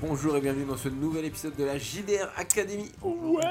bonjour et bienvenue dans ce nouvel épisode de la JDR Academy. Ouais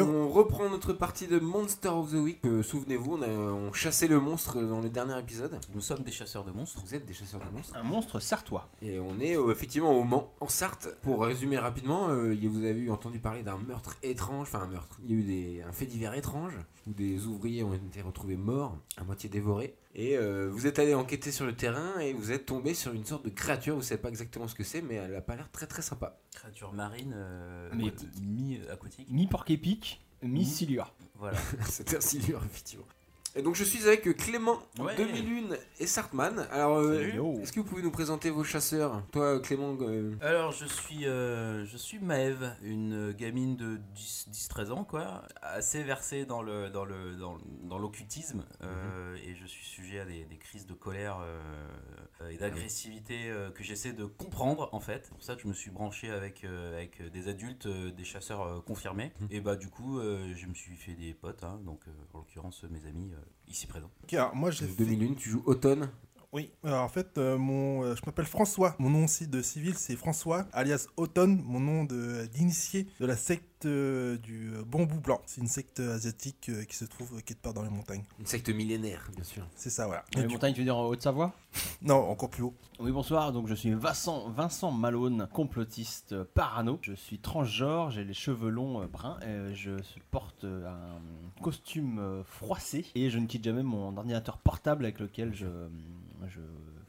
On reprend notre partie de Monster of the Week. Euh, Souvenez-vous, on, a- on chassait le monstre dans le dernier épisode. Nous sommes des chasseurs de monstres. Vous êtes des chasseurs de monstres. Un monstre sartois. Et on est euh, effectivement au Mans, en Sarthe. Pour résumer rapidement, euh, il y a- vous avez eu entendu parler d'un meurtre étrange, enfin un meurtre. Il y a eu des, un fait divers étrange où des ouvriers ont été retrouvés morts, à moitié dévorés. Et euh, vous êtes allé enquêter sur le terrain et vous êtes tombé sur une sorte de créature. Vous savez pas exactement ce que c'est, mais elle a pas l'air très très sympa. Créature marine, euh, Mais- aquatique, mi-aquatique. Mi-porc épique, Mm. Mi- mi-silua. Voilà. C'est ainsi dur, effectivement. Et donc je suis avec Clément, Ouais. 2001 et Sartman. Alors, euh, Salut. Yo. est-ce que vous pouvez nous présenter vos chasseurs Toi, Clément, euh, Alors, je suis, euh, je suis Maëve, une gamine de 10-13 ans, quoi, assez versée dans le dans le dans, le- dans l'occultisme, euh, Mhm. et je suis sujet à des, des crises de colère euh, et Ah d'agressivité euh, que j'essaie de comprendre en fait. C'est pour ça que je me suis branché avec euh, avec des adultes, euh, des chasseurs euh, confirmés, Mhm. et bah du coup, euh, je me suis fait des potes, hein, donc euh, en l'occurrence mes amis euh, ici présents. Ok, alors moi j'ai fait... 2001, tu joues Automne. Oui, alors en fait, euh, mon, euh, je m'appelle François. Mon nom aussi de civil, c'est François, alias Automne, mon nom de- euh, d'initié de, la secte euh, du euh, bambou blanc. C'est une secte asiatique euh, qui se trouve euh, quelque part dans les montagnes. Une secte millénaire, bien sûr. C'est ça, voilà. Et Les du- montagnes, tu veux dire en Haute-Savoie Non, encore plus haut. Oui, bonsoir. Donc, je suis Vincent, Vincent Malone, complotiste euh, parano. Je suis transgenre, j'ai les cheveux longs euh, bruns, euh, je porte euh, un costume euh, froissé et je ne quitte jamais mon ordinateur portable avec lequel je, je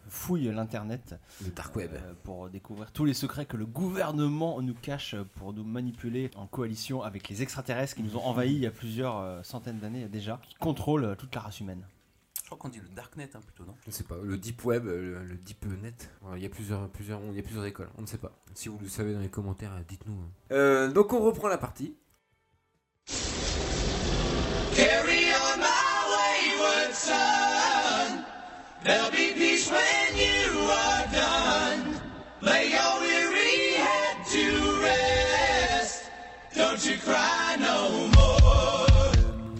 fouille l'internet Le Dark Web. euh, pour découvrir tous les secrets que le gouvernement nous cache pour nous manipuler en coalition avec les extraterrestres qui nous ont envahis il y a plusieurs euh, centaines d'années déjà, qui contrôlent euh, toute la race humaine. Je crois qu'on dit le darknet hein, plutôt, non Je ne sais pas. Le Deep Web, euh, le, le Deep Net. Voilà, Il y, a plusieurs, plusieurs, il y a plusieurs écoles. On ne sait pas. Si vous le savez dans les commentaires, euh, dites-nous. hein. Euh, donc on reprend la partie. Carry on my wayward son. There'll be peace when you are done. Lay your weary head to rest. Don't you cry no more. Euh,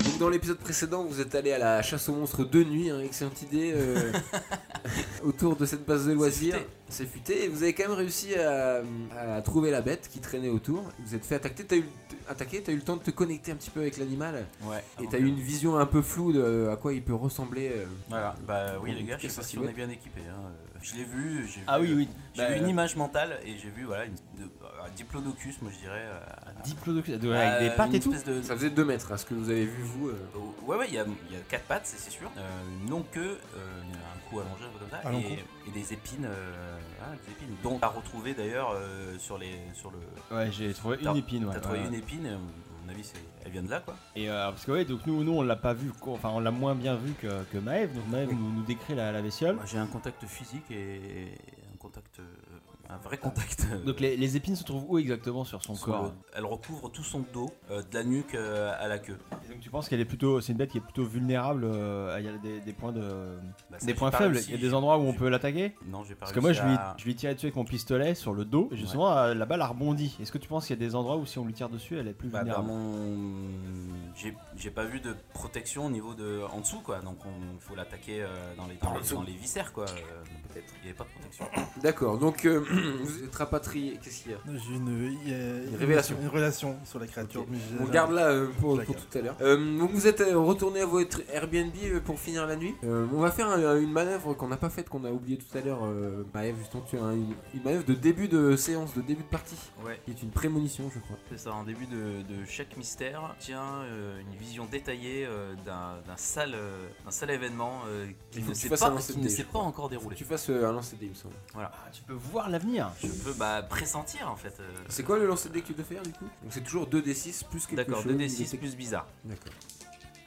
Donc dans l'épisode précédent, vous êtes allé à la chasse aux monstres de nuit, hein, excellente idée, euh, autour de cette base de loisirs. futé. C'est futé. Et vous avez quand même réussi à, à trouver la bête qui traînait autour. Vous êtes fait attaquer, t'as eu, le- attaquer, t'as eu le temps de te connecter un petit peu avec l'animal. Ouais. Et t'as eu une vision un peu floue de euh, à quoi il peut ressembler. euh. Voilà, bah oui Donc, les gars, je qu'est-ce sais pas si qu'il on est est bien équipé. Hein. Euh, Je l'ai vu, j'ai vu, Ah oui, euh, oui. j'ai Bah, vu une euh, image mentale et j'ai vu voilà une, de- euh, un diplodocus, moi je dirais. euh, Diplodocus, avec euh, des pattes une et tout. espèce de- Ça faisait 2 mètres à ce que vous avez vu vous. euh. Oh, Ouais ouais, il y a, il y a quatre pattes, c'est c'est sûr. Euh, une longue queue, euh, un cou allongé un peu comme ça, Un long et, et des épines, euh, hein, des épines. Dont on a retrouvé d'ailleurs euh, sur les sur le. Ouais, j'ai trouvé T'as- une épine. Ouais, T'as trouvé Ouais. une épine, euh, à mon avis c'est, elle vient de là quoi. Et euh, parce que ouais, donc nous, nous on l'a pas vu, quoi. enfin on l'a moins bien vu que, que Maëv. Donc Maëv nous, nous décrit la, la bestiole. Moi, j'ai un contact physique et un contact, euh, un vrai Ah. contact. euh, Donc les, les épines se trouvent où exactement sur son Son- corps Elle recouvre tout son dos, euh, de la nuque euh, à la queue. Et Donc tu penses qu'elle est plutôt, c'est une bête qui est plutôt vulnérable. euh, Il y a des, des points de, Bah, ça, des j'ai points pas faibles. réussi. Il y a des endroits où on peut l'attaquer. Non, j'ai pas Parce que moi, je réussi lui, à- je lui tirais dessus avec mon pistolet sur le dos, et justement, euh, la balle a rebondi. Est-ce que tu penses qu'il y a des endroits où si on lui tire dessus, elle est plus Bah, dans vulnérable mon- J'ai j'ai pas vu de protection au niveau de. en dessous, quoi. Donc, il faut l'attaquer euh, dans, les... dans, les... dessous. dans les viscères, quoi. euh, Peut-être. Il n'y avait pas de protection. D'accord. Donc euh, vous êtes rapatrié. Qu'est-ce qu'il y a J'ai une, euh, Une révélation. Une relation sur la créature. Ok. mais j'ai- On garde là euh, pour, D'accord. pour tout à l'heure. Euh, donc vous êtes euh, retourné à votre Airbnb euh, pour finir la nuit. Euh, on va faire un- une manœuvre qu'on n'a pas faite, qu'on a oublié tout à l'heure. Euh, Maëv, justement, tu as un- une, une manœuvre de début de séance, de début de partie, Ouais, qui est une prémonition, je crois. c'est ça. En début de, de chaque mystère, tient euh, une vision détaillée euh, d'un d'un sale, euh, d'un sale événement euh, qui Il faut que ne tu s'est fasses pas, un qui lancer de ne dés, s'est je pas encore déroulé. Tu fasses euh, un lancer de dé, il me semble. Ah, Tu peux voir l'avenir. Je peux bah, pressentir, en fait. euh, C'est quoi le lancer de dé que tu dois faire du coup Donc c'est toujours 2d6 plus quelque D'accord, chose. 2d6 de- plus bizarre. D'accord.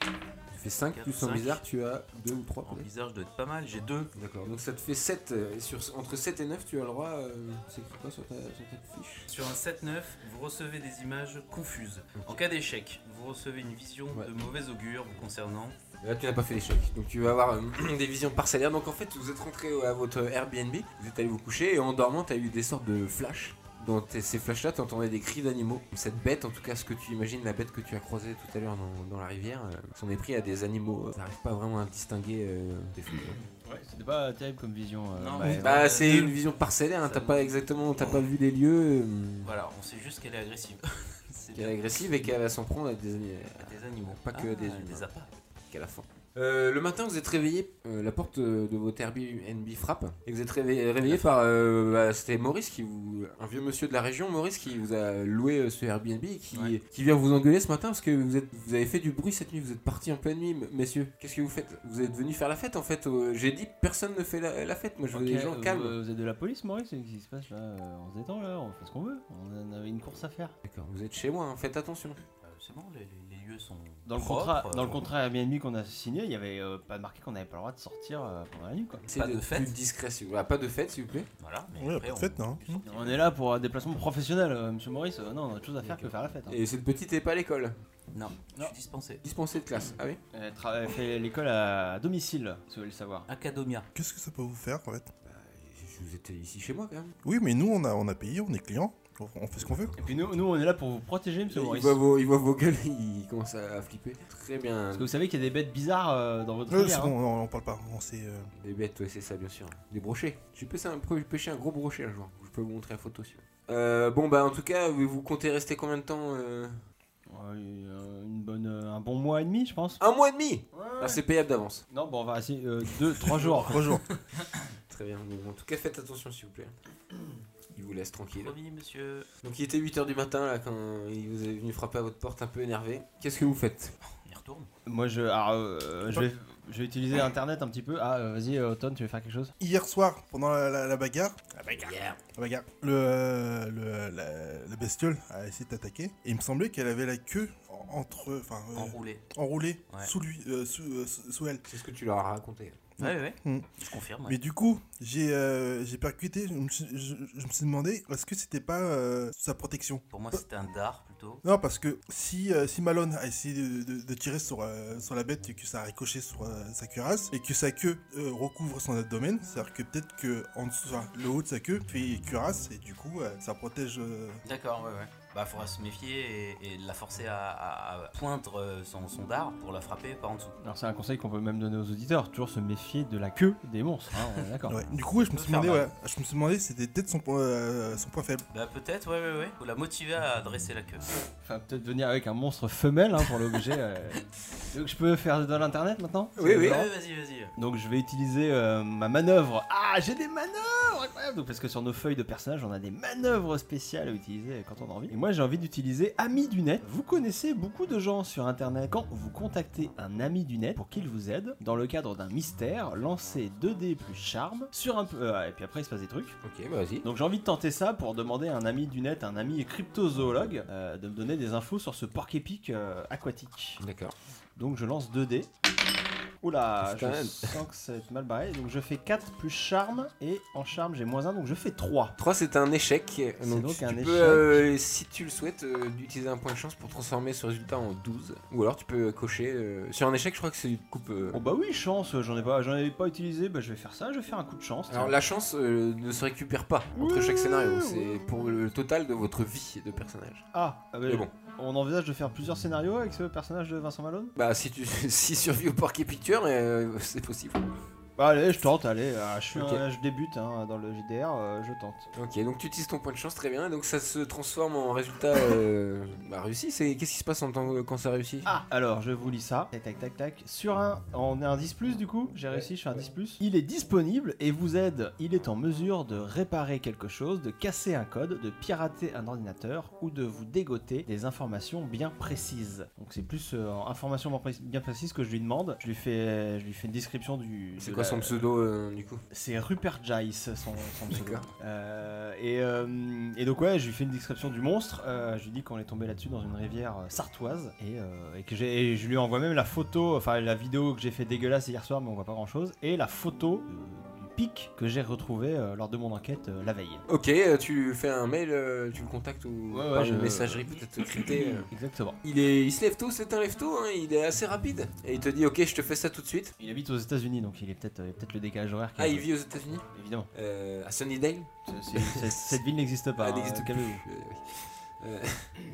Tu fais 5 Quatre, plus en cinq. bizarre, tu as 2 ou 3 En bizarre, je dois être pas mal, j'ai deux. D'accord, donc ça te fait 7. Sur, entre 7 et 9, tu as le droit. euh, c'est écrit quoi sur ta, sur ta fiche Sur un 7-9, vous recevez des images confuses. En cas d'échec, vous recevez une vision Ouais. de mauvais augure vous concernant. Là, tu n'as pas fait l'échec, donc tu vas avoir euh, des visions parcellaires. euh, Donc en fait, vous êtes rentré à votre Airbnb, vous êtes allé vous coucher, et en dormant, tu as eu des sortes de flashs dans tes- ces flashs-là, tu entendais des cris d'animaux. Cette bête, en tout cas, ce que tu imagines, la bête que tu as croisée tout à l'heure dans, dans la rivière, euh, s'en est pris à des animaux. Tu n'arrives pas vraiment à distinguer euh, des fous. Ouais, c'était pas terrible comme vision. euh, Non, Maëve. mais- Bah, Ouais, c'est deux. une vision parcellaire, hein, Ça t'as me- pas exactement, t'as pas vu les lieux, euh, Voilà, on sait juste qu'elle est agressive. C'est qu'elle est agressive et qu'elle va s'en prendre à des, à des animaux, Ah, Pas que des Elle humains. les a pas. qu'à la fin. Euh, le matin, vous êtes réveillé, euh, la porte euh, de votre Airbnb frappe, et vous êtes réveillé, réveillé par. euh, bah, C'était Maurice, qui vous, un vieux monsieur de la région, Maurice, qui vous a loué euh, ce Airbnb, et qui, Ouais. qui vient vous engueuler ce matin parce que vous, êtes, vous avez fait du bruit cette nuit, vous êtes parti en pleine nuit, m- messieurs. Qu'est-ce que vous faites Vous êtes venus faire la fête en fait euh, J'ai dit personne ne fait la, la fête, moi je veux Ok, des gens vous- calmes. Vous, êtes de la police, Maurice Qu'est-ce qui se passe là Euh, On se détend là, on fait ce qu'on veut. On avait une course à faire. D'accord, vous êtes chez moi, hein, faites attention. Euh, c'est bon, les, les- les lieux sont. Dans le, propres, contrat, dans le euh, contrat Airbnb qu'on a signé, il y avait euh, pas marqué qu'on n'avait pas le droit de sortir euh, pendant la nuit quoi. Essayez Pas de d'être fête plus discret, s'il vous plaît. Ah, Pas de fête, s'il vous plaît. Voilà, mais Ouais, après, pas de fête, on- non. on- On est là pour un déplacement professionnel, euh, monsieur Maurice. Euh, non, on a autre chose à faire que D'accord. faire la fête. hein. Et cette petite n'est pas à l'école. Non, je Non. suis dispensé. Dispensée de classe, ah oui Elle, tra- elle fait l'école à domicile, si vous voulez le savoir. Academia. Qu'est-ce que ça peut vous faire en fait Vous étiez ici chez moi quand même. Oui, mais nous, on a, on a payé, on est clients, on, on fait ce qu'on veut. Et puis nous, nous, on est là pour vous protéger, Il monsieur Maurice. voit, vos, il voit vos gueules, il commence à flipper. Très bien. Parce que vous savez qu'il y a des bêtes bizarres euh, dans votre Euh, c'est rivière. bon, hein. on, on parle pas, on sait. euh, Des bêtes, ouais, c'est ça, bien sûr. Des brochets. J'ai pêché un, pêché un gros brochet un jour. Je peux vous montrer la photo si vous voulez. Euh, bon, bah, en tout cas, vous, vous comptez rester combien de temps euh Ouais, euh, une bonne, euh, un bon mois et demi, je pense. Un mois et demi Ouais. Ah, C'est payable d'avance. Non, bon, on va essayer euh, deux, trois jours. Bonjour. Très bien. Bon, en tout cas, faites attention, s'il vous plaît. Il vous laisse tranquille. Promis, monsieur. Donc, il était 8h du matin, là, quand il vous est venu frapper à votre porte un peu énervé. Qu'est-ce que vous faites On y retourne. Moi, je, alors, euh, je, vais, je vais utiliser Internet un petit peu. Ah, euh, vas-y, euh, Auton, tu veux faire quelque chose Hier soir, pendant la, la- la bagarre, Ah, bah, la bagarre, Hier. la bagarre, Ah bah, le, euh, le- la, la bestiole a essayé de t'attaquer. Et il me semblait qu'elle avait la queue en- entre, enfin, euh, Enroulé. enroulée Ouais. sous lui, euh, sous, euh, sous- sous elle. C'est ce que tu leur as raconté. Mm. Ouais, ouais. Mm. Je confirme. Mais du coup, j'ai, euh, j'ai percuté. Je me, suis, je- je me suis demandé, est-ce que c'était pas euh, sous sa protection Pour moi, c'était un dard plutôt. Non, parce que si, euh, si Malone a essayé de, de- de tirer sur, euh, sur la bête et que ça a ricoché sur euh, sa cuirasse et que sa queue euh, recouvre son abdomen, c'est-à-dire que peut-être que en dessous, enfin, le haut de sa queue fait cuirasse et du coup euh, ça protège. euh, D'accord, ouais, ouais. Bah, faudra se méfier et, et la forcer à, à- à poindre euh, son, son dard pour la frapper par en dessous. Alors, c'est un conseil qu'on peut même donner aux auditeurs. Toujours se méfier de la queue des monstres. hein, on est d'accord. ouais. Du coup, je me peut suis faire demandé, mal. ouais, je me suis demandé, c'était peut-être son point, euh, son point faible. Bah, peut-être, ouais, ouais, ouais. Faut la motiver à dresser la queue. Enfin, peut-être venir avec un monstre femelle hein, pour l'objet. euh. Donc, je peux faire de l'internet maintenant Oui, oui. Ouais, ouais, vas-y, vas-y. Donc je vais utiliser euh, ma manœuvre. Ah, j'ai des manœuvres incroyable Donc, Parce que sur nos feuilles de personnage, on a des manœuvres spéciales à utiliser quand on a envie. Et moi, j'ai envie d'utiliser Ami du Net. Vous connaissez beaucoup de gens sur Internet. Quand vous contactez un ami du Net pour qu'il vous aide, dans le cadre d'un mystère, lancez 2D plus charme sur un... peu- euh, et puis après, il se passe des trucs. Ok, bah, vas-y. Donc j'ai envie de tenter ça pour demander à un ami du Net, un ami cryptozoologue, euh, de me donner des infos sur ce porc-épic euh, aquatique. D'accord. Donc je lance 2 dés. Oula, C'est je quand même- sens que ça va être mal barré. Donc je fais 4 plus charme et en charme j'ai moins 1 donc je fais 3. 3 c'est un échec. Donc, donc tu un peux, échec. euh, si tu le souhaites, euh, d'utiliser un point de chance pour transformer ce résultat en 12. Ou alors tu peux cocher. euh, Sur un échec, je crois que c'est une coupe. euh, Bon bah oui, chance, j'en ai pas j'en ai pas utilisé, bah je vais faire ça, je vais faire un coup de chance. Alors tiens. la chance euh, ne se récupère pas entre Oui, chaque scénario. oui. C'est pour le total de votre vie de personnage. Ah, ah bah, Mais bon. on envisage de faire plusieurs scénarios avec ce personnage de Vincent Malone Bah si tu si survie au porc et piqûre, euh, c'est possible. Bah allez, je tente, allez, ah, je, suis Ok. un- je débute hein, dans le JDR, euh, je tente. Ok, donc tu utilises ton point de chance très bien. Et donc ça se transforme en résultat euh, bah, réussi. C'est qu'est-ce qui se passe en tant- quand ça réussit Ah Alors, je vous lis ça. Tac, tac, tac, tac. Sur un... On est un 10 plus, du coup J'ai réussi, je suis un 10 plus. Il est disponible et vous aide. Il est en mesure de réparer quelque chose, de casser un code, de pirater un ordinateur ou de vous dégoter des informations bien précises. Donc c'est plus euh, informations bien précis- bien précises que je lui demande. Je lui fais, je lui fais une description du... C'est de quoi la- son pseudo euh, du coup c'est Rupert Jice, son, son pseudo. D'accord. Euh, et, euh, et donc, ouais, je lui fais une description du monstre. euh, je lui dis qu'on est tombé là-dessus dans une rivière euh, sartoise. Et, euh, et que j'ai- et je lui envoie même la photo, enfin la vidéo que j'ai fait dégueulasse hier soir, mais on voit pas grand-chose. Et la photo euh, du pics que j'ai retrouvés euh, lors de mon enquête euh, la veille. Ok, euh, tu fais un mail, euh, tu le contactes ou Ouais, ouais, par une je- messagerie peut-être cryptée. euh. Exactement. Il, est, il se lève tôt, c'est un lève tôt, hein, il est assez rapide. Et il te dit, ok, je te fais ça tout de suite. Il habite aux États-Unis, donc il est peut-être euh, il y a peut-être le décalage horaire. qui Ah, est- il vit aux États-Unis Évidemment. Euh, À Sunnydale C'est- c'est- c'est- cette ville n'existe pas. Ah, hein, n'existe plus. calmez-vous. Euh, oui. Euh,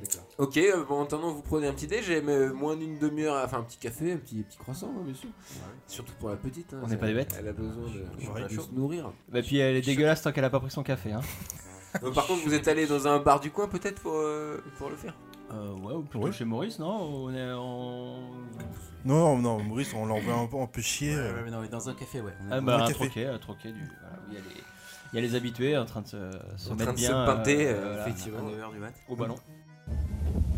D'accord. Ok, euh, bon, en attendant, vous prenez un petit déj, j'ai euh, moins d'une demi-heure, à- enfin un petit café, un petit, petit croissant, hein, bien sûr. Surtout pour la petite. hein, On n'est ça- pas des bêtes. Elle a besoin de, Ouais, de chaud. se nourrir. Bah, puis elle est dégueulasse tant qu'elle a pas pris son café. Hein. Euh, par contre, vous êtes allé dans un bar du coin peut-être pour, euh, pour le faire Euh, ouais, ou plutôt Ouais. chez Maurice, non On est en. Non, non, non, Maurice, on l'envoie un peu, un peu chier. Ouais, euh. ouais, non, mais dans un café, ouais. On a- Ah bah, Un un café. troquet, un troquet du. Voilà, où il y a les- il y a les habitués en train de se, se En mettre train de se bien, pinter, euh, euh, voilà, effectivement. à 9h du mat. au ballon.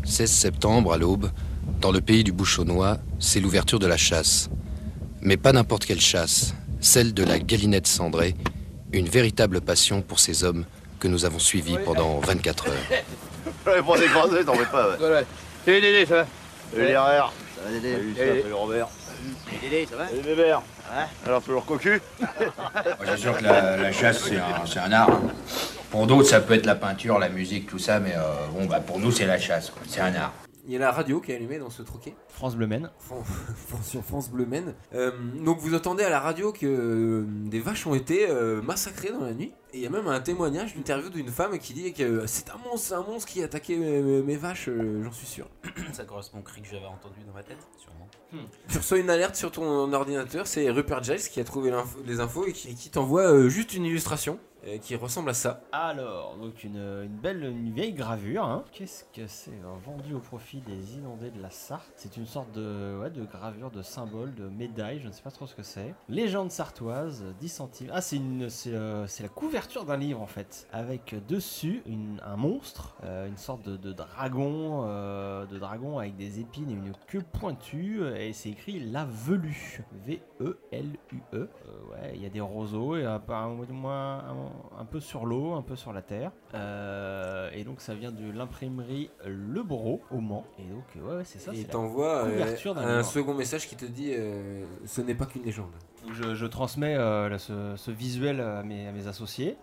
16 septembre, à l'aube, dans le pays du Bouchonnois, c'est l'ouverture de la chasse. Mais pas n'importe quelle chasse, celle de la galinette cendrée, une véritable passion pour ces hommes que nous avons suivis pendant 24 heures. Ouais, pour décraser, t'en fais pas, ouais. Voilà. Salut Dédé, ça va Salut les rares. Ça va Dédé Lucien, salut Robert. Salut Dédé, ça va Salut Bébert. Ouais. Alors, toujours cocu Moi, C'est sûr Oh, que la, la chasse, c'est un, c'est un art. hein. Pour d'autres, ça peut être la peinture, la musique, tout ça, mais euh, bon, bah, pour nous, c'est la chasse. quoi. C'est un art. Il y a la radio qui est allumée dans ce troquet. France Bleu Maine. Fran- Fran- sur France Bleu Maine. Euh, donc vous entendez à la radio que euh, des vaches ont été euh, massacrées dans la nuit. Et il y a même un témoignage, une interview d'une femme qui dit que euh, c'est un monstre, c'est un monstre qui a attaqué mes, mes vaches, euh, j'en suis sûr. Ça correspond au cri que j'avais entendu dans ma tête, sûrement. Tu reçois une alerte sur ton ordinateur, c'est Rupert Giles qui a trouvé l'info- les infos et qui, et qui t'envoie euh, juste une illustration euh, qui ressemble à ça. Alors, donc une, une belle, une vieille gravure. hein. Qu'est-ce que c'est hein, Vendu au profit des inondés de la Sarthe. C'est une sorte de, ouais, de gravure, de symbole, de médaille. Je ne sais pas trop ce que c'est. Légende sartoise, 10 centimes. Ah, c'est une, c'est, euh, c'est la couverture d'un livre en fait, avec dessus une- un monstre, euh, une sorte de, de dragon, euh, de dragon avec des épines et une queue pointue. Et c'est écrit la velue, E V-E-L-U-E. Euh, ouais, il y a des roseaux et un, peu- un- un- un peu sur l'eau, un peu sur la terre. Euh, et donc ça vient de l'imprimerie Le Bro au Mans. Et donc euh, ouais, ouais, c'est ça. et c'est la- t'envoie euh, couverture d'un un livre. second message qui te dit euh, ce n'est pas qu'une légende. Donc, je, je transmets euh, là, ce, ce visuel à mes, à mes associés.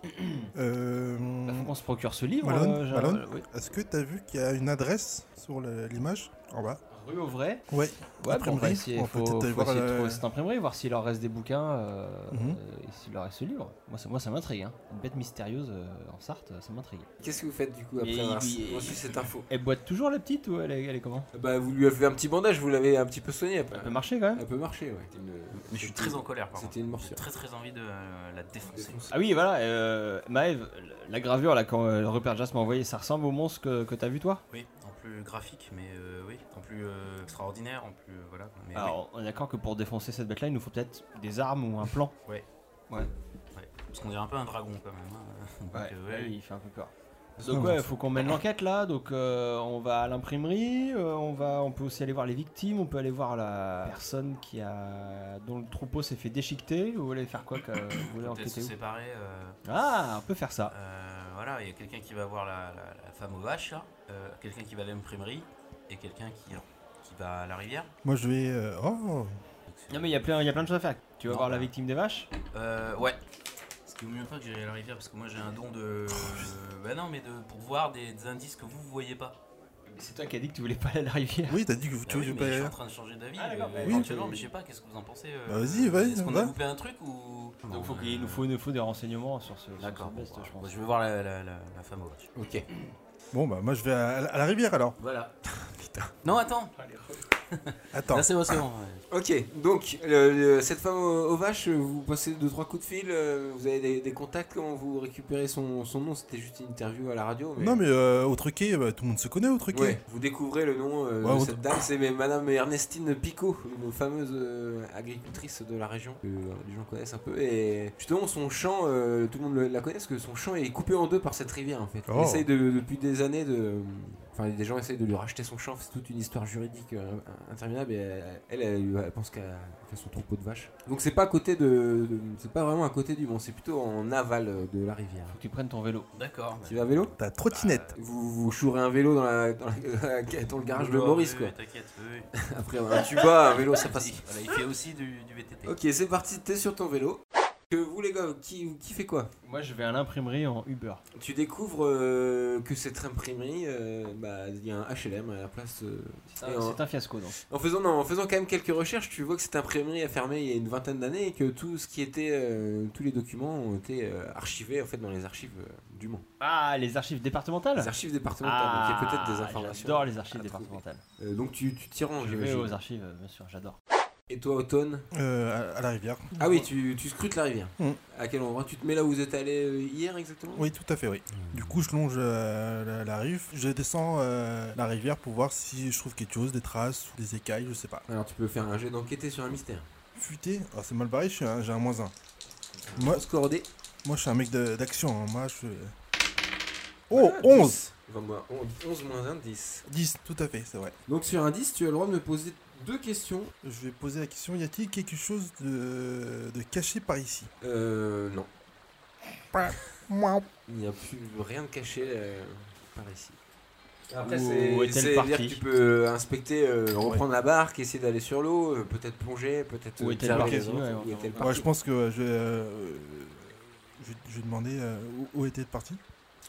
Euh, Bah, Il faut qu'on se procure ce livre. Malone, j'ai- Malone. oui. Est-ce que t'as vu qu'il y a une adresse sur la- l'image En bas. Rue au vrai. Ouais. Ouais, bon, on Imprimerie. va essayer, On peut faut, peut-être faut aller voir essayer de la- trouver cette imprimerie, voir s'il leur reste des bouquins euh, Mhm. euh, et s'il leur reste ce livre. Moi, ça, moi, ça m'intrigue. hein. Une bête mystérieuse euh, en Sarthe, ça m'intrigue. Qu'est-ce que vous faites du coup Et après avoir il- reçu cette info Elle boite toujours la petite ou elle est, elle est comment Bah vous lui avez fait un petit bandage, vous l'avez un petit peu soigné. Elle peut marcher quand même Elle peut marcher, ouais. Ah, Une- Mais je suis très en colère, par contre. C'était une J'ai morsure. très très envie de euh, la défoncer. Ah oui, voilà, euh, Maëv, la gravure là, quand euh, le repère Jas m'a envoyé, ça ressemble au monstre que, que t'as vu toi Oui, en plus graphique, mais euh, oui, en plus euh, extraordinaire, en plus euh, voilà. quoi. Mais Alors, on est d'accord que pour défoncer cette bête là, il nous faut peut-être des armes ou un plan. oui, ouais. parce qu'on dirait un peu un dragon quand même. hein. Donc, euh, ouais, il fait un peu peur. Non, Donc ouais, mais- faut qu'on mène l'enquête là, donc euh, on va à l'imprimerie, euh, on va, on peut aussi aller voir les victimes, on peut aller voir la personne qui a dont le troupeau s'est fait déchiqueter. Vous voulez faire quoi que, Vous voulez Peut-être se enquêter où séparer. euh, Ah, on peut faire ça. euh, voilà, il y a quelqu'un qui va voir la, la- la femme aux vaches, là, euh, quelqu'un qui va à l'imprimerie et quelqu'un qui, qui va à la rivière. Moi, je vais. euh, Oh Donc, c'est- Non mais il y a plein, il y a plein de choses à faire. Tu vas Non, voir bah. la victime des vaches. Euh, ouais. Ce qui vaut mieux pas que j'aille à la rivière parce que moi j'ai un don de. bah non, mais de pour voir des, des indices que vous voyez pas. C'est toi qui as dit que tu voulais pas aller à la rivière. Oui, t'as dit que Bah tu oui, veux mais pas. je suis en train de changer d'avis. Ah, d'accord, euh, bah, oui. éventuellement, Oui. mais je sais pas, qu'est-ce que vous en pensez euh, Bah, vas-y, vas-y, Est-ce qu'on on a va. loupé un truc ou. Donc faut qu'il nous faut, il nous faut des renseignements sur ce. sur D'accord, cette bon, peste, bah, je bah, pense. je vais voir la, la- la- la femme au vache. Ok. Bon, bah, moi, je vais à, à la rivière alors. Voilà. Non, attends, Attends. là c'est bon, c'est bon. ouais. Ok, donc le- le- cette femme aux, aux vaches, vous passez deux trois coups de fil, euh, vous avez des, des contacts, comment vous récupérez son, son nom C'était juste une interview à la radio. Mais... Non, mais euh, au truquet, bah, tout le monde se connaît au truquet. Ouais, vous découvrez le nom euh, Ouais, de on- cette dame, c'est Madame Ernestine Picot, une fameuse euh, agricultrice de la région que euh, les gens connaissent un peu. Et justement, son champ, euh, tout le monde le- la connaît parce que son champ est coupé en deux par cette rivière en fait. Oh. On essaye de- depuis des années de. Enfin, des gens essayent de lui racheter son champ, c'est toute une histoire juridique euh, interminable. Et elle, elle, elle, elle pense qu'à qu'à son troupeau de vaches. Donc, c'est pas à côté de. de- c'est pas vraiment à côté du mont, c'est plutôt en aval euh, de la rivière. Faut que tu prennes ton vélo. D'accord. Tu bah, vas à vélo Ta trottinette. vous, vous chourez un vélo dans, la, dans, la- dans le garage de oui, Maurice oui, quoi. oui, T'inquiète, oui, oui. Après un tuba, un vélo, ça passe. Voilà, il fait aussi du, du VTT. Ok, c'est parti, t'es sur ton vélo. Que vous les gars, qui, qui fait quoi Moi, je vais à l'imprimerie en Uber. Tu découvres euh, que cette imprimerie, euh, bah, il y a un HLM à la place. euh, et en, Ah, C'est un fiasco, donc. en faisant, non, en faisant quand même quelques recherches, tu vois que cette imprimerie a fermé il y a une vingtaine d'années et que tout ce qui était, euh, tous les documents ont été euh, archivés en fait dans les archives euh, du Mans, Ah, les archives départementales les archives départementales. donc ah, il y a peut-être des informations. J'adore les archives à trouver. départementales. Euh, donc tu tu t'y rends, Je vais aux j'imagine. archives, euh, bien sûr, j'adore. Et toi, Automne Bah. Euh, à, à la rivière. Ah oui, tu, tu scrutes la rivière. Mm. À quel endroit Tu te mets là où vous êtes allé euh, hier exactement Oui, tout à fait, oui. Du coup, je longe euh, la, la rive. Je descends euh, la rivière pour voir si je trouve quelque chose, des traces ou des écailles, je sais pas. Alors tu peux faire un jet d'enquêter sur un mystère. Futé, Ah, c'est mal barré, je suis un- j'ai un moins 1. Moi, Scordé. moi, je suis un mec de- d'action. hein. Moi, je. Oh, 11 Enfin, moi, on- 11 moins 1, 10. 10, tout à fait, c'est vrai. Donc sur un 10, tu as le droit de me poser deux questions. Je vais poser la question y a-t-il quelque chose de, de caché par ici Euh, non. Mouah. Il n'y a plus rien de caché euh, par ici. Après, Où c'est- est-elle c'est- c'est-à-dire partie que tu peux inspecter, euh, reprendre la barque, essayer d'aller sur l'eau, euh, peut-être plonger, peut-être. Où euh, est-elle observer partie, les autres, ouais, où ouais, est-elle ouais. Ouais, partie. je pense que euh, je vais. euh, je, vais- je vais demander euh, où, où était parti.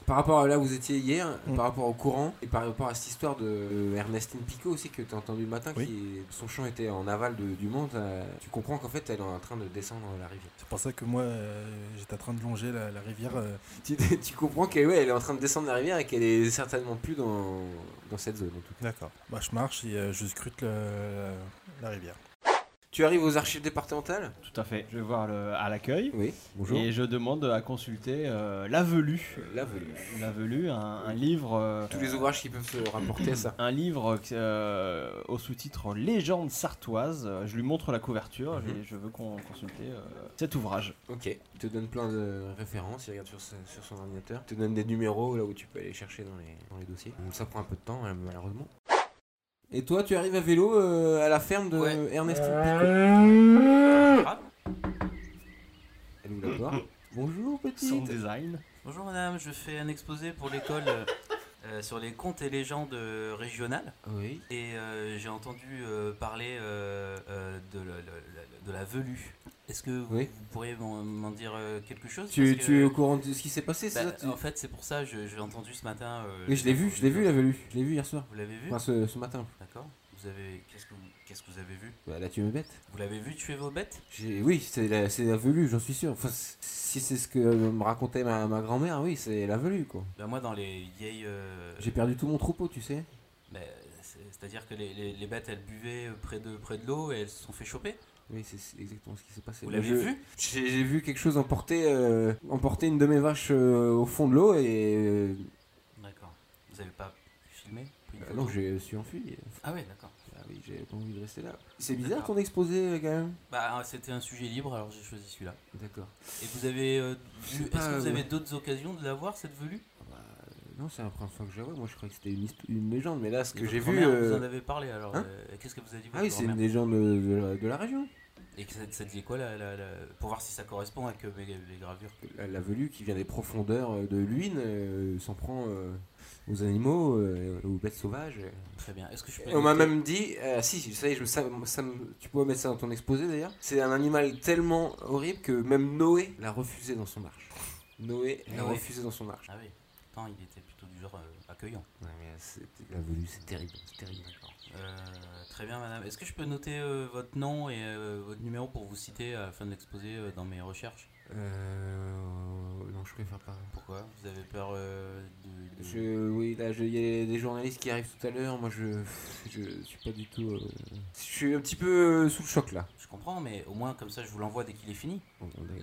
Par rapport à là où vous étiez hier, Mm. par rapport au courant, et par rapport à cette histoire de euh, Ernestine Picot aussi que tu as entendu le matin, Oui. qui, son champ était en aval de- du monde, euh, tu comprends qu'en fait elle est en train de descendre la rivière. C'est pour ça que moi, euh, j'étais en train de longer la, la rivière. euh, Tu, tu comprends qu'elle ouais, elle est en train de descendre la rivière et qu'elle est certainement plus dans, dans cette zone en tout cas. D'accord. Bah, je marche et euh, je scrute le- la rivière. Tu arrives aux archives départementales Tout à fait. Je vais voir le- à l'accueil. Oui, Et je demande à consulter euh, La Velue. La velue. La Velue, un, un livre. euh, Tous les ouvrages qui peuvent se rapporter à ça. un livre euh, au sous-titre Légende sartoise. Je lui montre la couverture Mhm. et je veux qu'on consulte cet ouvrage. Ok. Il te donne plein de références, il regarde sur, sa- sur son ordinateur. Il te donne des numéros là où tu peux aller chercher dans les, dans les dossiers. Donc ça prend un peu de temps, hein, malheureusement. Et toi, tu arrives à vélo euh, à la ferme de Ouais. Ernest Picot. Ah, Elle ouvre la porte. Bonjour, Son petite. design. Bonjour madame, je fais un exposé pour l'école euh, euh, sur les contes et légendes euh, régionales. Oui. Et euh, j'ai entendu euh, parler euh, euh, de, la, la- la- de la velue. Est-ce que vous, Oui. vous pourriez m'en m'en dire euh, quelque chose Tu, Parce tu es que- au courant de ce qui s'est passé, c'est Bah, ça tu- En fait, c'est pour ça je j'ai entendu ce matin. euh, Oui, je l'ai vu, je l'ai vu la velue. Je l'ai vu hier soir. Vous l'avez vu Enfin, ce, ce matin. D'accord. Vous avez qu'est-ce que vous qu'est-ce que vous avez vu Bah, là, tu me bête. Vous l'avez vu tuer vos bêtes J'ai- Oui, c'est la, c'est la velue, j'en suis sûr. Enfin, c- si c'est ce que me racontait ma, ma grand-mère, oui, c'est la velue, quoi. Ben moi dans les vieilles. euh, J'ai perdu tout mon troupeau, tu sais. ben, c'est- C'est-à-dire que les, les- les bêtes elles buvaient euh, près de près de l'eau et elles se sont fait choper. Oui, c'est c'est exactement ce qui s'est passé. Vous Mais l'avez je- vu J'ai j'ai vu quelque chose emporter, euh, emporter une de mes vaches euh, au fond de l'eau et. euh, D'accord. Vous avez pas filmé pris une bah photo non, je suis enfui. Ah ouais d'accord. Ah oui, j'ai pas envie de rester là. C'est bizarre ton exposé, euh, quand même. Bah ah, c'était un sujet libre alors j'ai choisi celui-là. D'accord. Et vous avez euh, Je vu- sais Est-ce pas, que vous ouais. avez d'autres occasions de la voir cette velue Euh, Non, c'est la première fois que je la vois. Moi, je croyais que c'était une, hist- une légende, mais là, ce que Et j'ai votre vu. grand-mère, euh, Vous en avez parlé alors. hein euh, Qu'est-ce que vous avez dit Ah votre oui, c'est grand-mère une légende euh, de la, de la région. Et que ça, ça dit quoi la, la- la- pour voir si ça correspond avec euh, mes- les gravures La, la velue qui vient des profondeurs euh, de l'huile euh, s'en prend euh, aux animaux, euh, aux bêtes sauvages. Très bien. Est-ce que je peux Et on m'a noter- même dit, euh, si, ça y est, je, ça, ça me- tu pourrais mettre ça dans ton exposé d'ailleurs. C'est un animal tellement horrible que même Noé l'a refusé dans son arche. Noé l'a Noé. refusé dans son arche. Ah oui. Pourtant, il était plutôt du genre euh, accueillant. Ouais, mais c'est- la velue, c'est terrible, c'est terrible. Euh, très bien, madame. Est-ce que je peux noter euh, votre nom et euh, votre numéro pour vous citer euh, afin de l'exposer euh, dans mes recherches Euh, non, je préfère pas. Pourquoi Vous avez peur euh, de. de- Je, oui, là, je- il y a des journalistes qui arrivent tout à l'heure. Moi, je, je suis pas du tout. euh, je suis un petit peu euh, sous le choc là. Je comprends, mais au moins comme ça, je vous l'envoie dès qu'il est fini.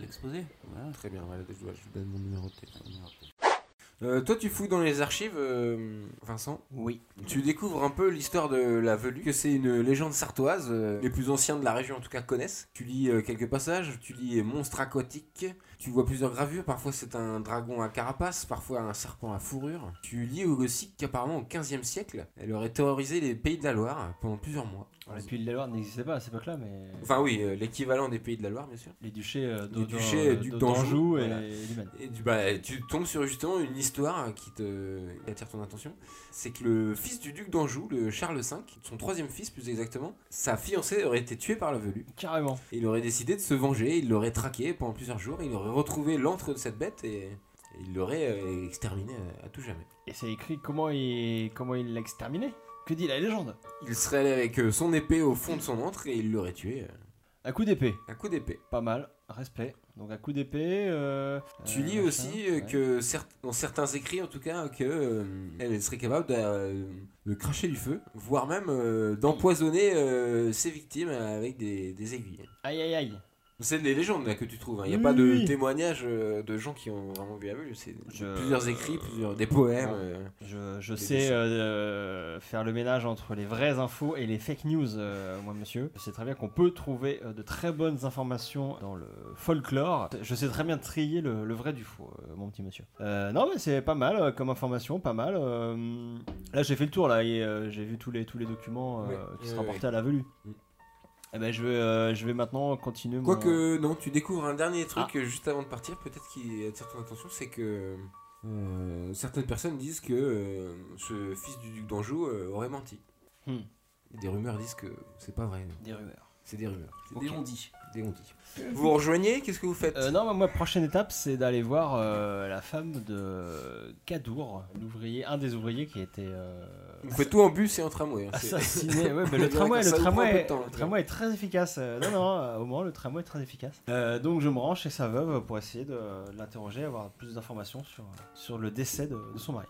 L'exposer. Voilà. Très bien, voilà, je, dois- je vous donne mon numéro de téléphone. Numéro de Euh, toi, tu fouilles dans les archives, euh, Vincent. Oui. Tu découvres un peu l'histoire de la velue, que c'est une légende sartoise, euh, les plus anciens de la région en tout cas connaissent. Tu lis euh, quelques passages, tu lis monstre aquatique, tu vois plusieurs gravures, parfois c'est un dragon à carapace, parfois un serpent à fourrure. Tu lis aussi qu'apparemment au 15e siècle, elle aurait terrorisé les pays de la Loire pendant plusieurs mois. Les Puy de la Loire n'existaient pas à cette époque-là, mais. Enfin oui, euh, l'équivalent des pays de la Loire bien sûr. les duchés euh, Les d'O- duchés, d'O- duc d'O- d'Anjou, d'Anjou et voilà. Liban. Et tu, bah, tu tombes sur justement une, histoire qui te qui attire ton attention, c'est que le fils du duc d'Anjou, le Charles V, son troisième fils plus exactement, sa fiancée aurait été tuée par le velu. Carrément. Et il aurait décidé de se venger, il l'aurait traqué pendant plusieurs jours, il aurait retrouvé l'antre de cette bête et et il l'aurait euh, exterminé à- à tout jamais. Et c'est écrit comment il comment il l'a exterminé. Que dit la légende Il serait allé avec euh, son épée au fond de son antre et il l'aurait tué euh, Un coup d'épée. à coup d'épée. Pas mal. Respect. Donc un coup d'épée. euh, Tu euh, lis machin, aussi euh, ouais. que cert- dans certains écrits en tout cas que euh, elle serait capable de, euh, de cracher du feu, voire même euh, d'empoisonner euh, ses victimes avec des, des aiguilles. Aïe aïe aïe. C'est des légendes là, que tu trouves. hein. Il n'y a Oui, pas oui, de oui. témoignages euh, de gens qui ont vraiment vu la vue. C'est Je- plusieurs écrits, plusieurs des poèmes. Bon. euh. Je, je Des sais dessins. euh, faire le ménage entre les vraies infos et les fake news, euh, moi monsieur. Je sais très bien qu'on peut trouver euh, de très bonnes informations dans le folklore. Je sais très bien trier le, le vrai du faux, euh, mon petit monsieur. Euh, non mais c'est pas mal euh, comme information, pas mal. euh, là j'ai fait le tour là et euh, j'ai vu tous les, tous les documents euh, Oui, qui se oui, rapportaient à la velue. Mm. Eh ben je vais, euh, je vais maintenant continuer. mon- Quoique, non, tu découvres un dernier truc Ah. euh, juste avant de partir, peut-être qui attire ton attention, c'est que euh, certaines personnes disent que euh, ce fils du duc d'Anjou euh, aurait menti. Hmm. Et Des rumeurs disent que c'est pas vrai. Des rumeurs. C'est des rumeurs. C'est des on-dit. Des on-dit. Vous vous rejoignez Qu'est-ce que vous faites Euh, non, bah, moi, prochaine étape, c'est d'aller voir euh, la femme de Kadour, l'ouvrier, un des ouvriers qui a été euh, Vous faites tout en bus et en tramway. Ah, hein, c'est- assassiné. Ouais, mais Il y en le a tramway, qui- le ça nous prend un peu tramway, de temps, le tramway est très efficace. Euh, non, non, euh, au moins le tramway est très efficace. Euh, donc, je me rends chez sa veuve pour essayer de, de l'interroger, avoir plus d'informations sur, sur le décès de, de son mari.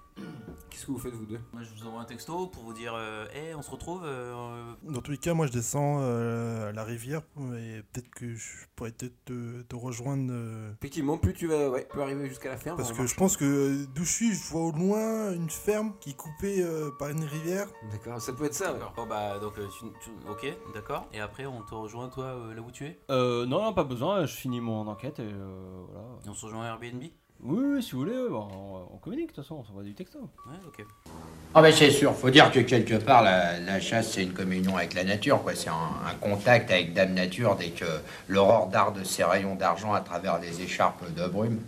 Qu'est-ce que vous faites, vous deux Moi, je vous envoie un texto pour vous dire euh, Eh, on se retrouve euh, Dans tous les cas, moi je descends euh, à la rivière et peut-être que je pourrais peut-être te, te rejoindre. euh, Effectivement, plus tu vas, ouais, plus arriver jusqu'à la ferme. hein, parce on que marche. je pense que euh, d'où je suis, je vois au loin une ferme qui est coupée euh, par une rivière. D'accord, ça peut être ça. ouais. Bon, bah, donc, euh, tu- tu- ok, d'accord. Et après, on te rejoint, toi, euh, là où tu es Euh, non, non, pas besoin. Je finis mon enquête et euh, voilà. Et on se rejoint à Airbnb Oui, oui, si vous voulez, bah, on, on communique de toute façon, on s'envoie du texto. Ouais, ok. Ah ben c'est sûr, faut dire que quelque part la, la chasse c'est une communion avec la nature, quoi. C'est un, un contact avec Dame Nature dès que l'aurore darde ses rayons d'argent à travers les écharpes de brume.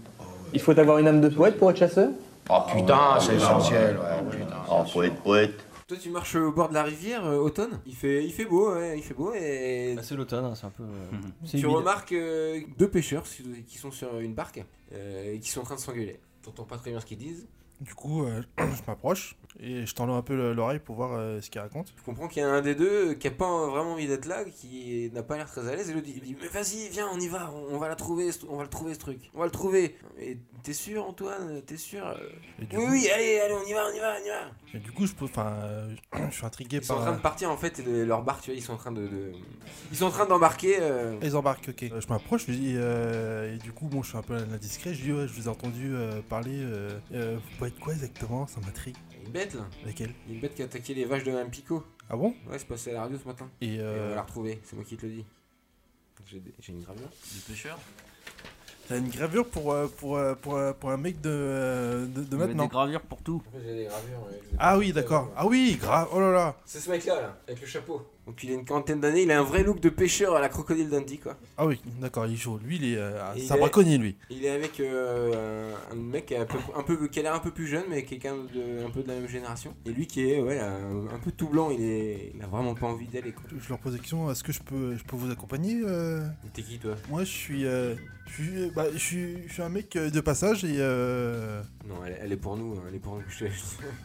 Il faut avoir une âme de poète pour être chasseur Oh putain, c'est essentiel, ouais, putain. Ah, Oh, poète, poète. Toi, tu marches au bord de la rivière, euh, automne. Il fait, il fait beau, ouais, il fait beau et Bah, c'est l'automne, hein, c'est un peu. euh, c'est Tu humide. remarques euh, deux pêcheurs su- qui sont sur une barque euh, et qui sont en train de s'engueuler. T'entends pas très bien ce qu'ils disent. Du coup, euh, je m'approche et je tends un peu le- l'oreille pour voir euh, ce qu'il raconte. Tu comprends qu'il y a un des deux euh, qui a pas vraiment envie d'être là, qui n'a pas l'air très à l'aise. Et l'autre il dit Mais vas-y, viens, on y va, on on va la trouver, ce- on va le trouver ce truc, on va le trouver. Et t'es sûr, Antoine T'es sûr euh, Et du, Oui, coup, oui, allez, allez, on y va, on y va, on y va. et du coup, je, peux- enfin, euh, je suis intrigué Ils sont en par. train de partir en fait, et de leur barque, tu vois, ils sont en train de. de- Ils sont en train d'embarquer. euh, Ils embarquent, ok. Euh, je m'approche, je lui dis, euh, et du coup, bon, je suis un peu indiscret. Je lui dis, ouais, je vous ai entendu euh, parler. Euh, euh, vous pouvez être quoi exactement Ça m'intrigue. Une bête là, Laquelle une bête qui a attaqué les vaches de Mme Picot. Ah bon Ouais, c'est passé à la radio ce matin. Et, Et on va euh, la retrouver, c'est moi qui te le dis. J'ai des- j'ai une gravure. Du pêcheur t'as une gravure pour, euh, pour, euh, pour, euh, pour un mec de, euh, de, de maintenant. gravures pour tout. En fait, j'ai des gravures, ouais, je les ai Ah pas oui, faites, d'accord. euh, Ah oui, grave. Oh là là. C'est ce mec-là, là, avec le chapeau. Donc il a une quarantaine d'années, il a un vrai look de pêcheur à la crocodile Dundee, quoi. Ah oui, d'accord, il joue. Lui, il est. euh, Il c'est un est- braconnier, lui. Il est avec euh, un un mec qui a, un peu, un peu- qui a l'air un peu plus jeune, mais quelqu'un de, un peu de la même génération. Et lui qui est ouais, un, un peu tout blanc, il, est, il a vraiment pas envie d'aller, quoi. Je leur pose la question est-ce que je peux, je peux vous accompagner euh T'es qui, toi Moi, je suis. euh, je, suis bah, je, suis, je suis un mec euh, de passage et. euh, Non, elle, elle est pour nous, hein, elle est pour nous. Je, je-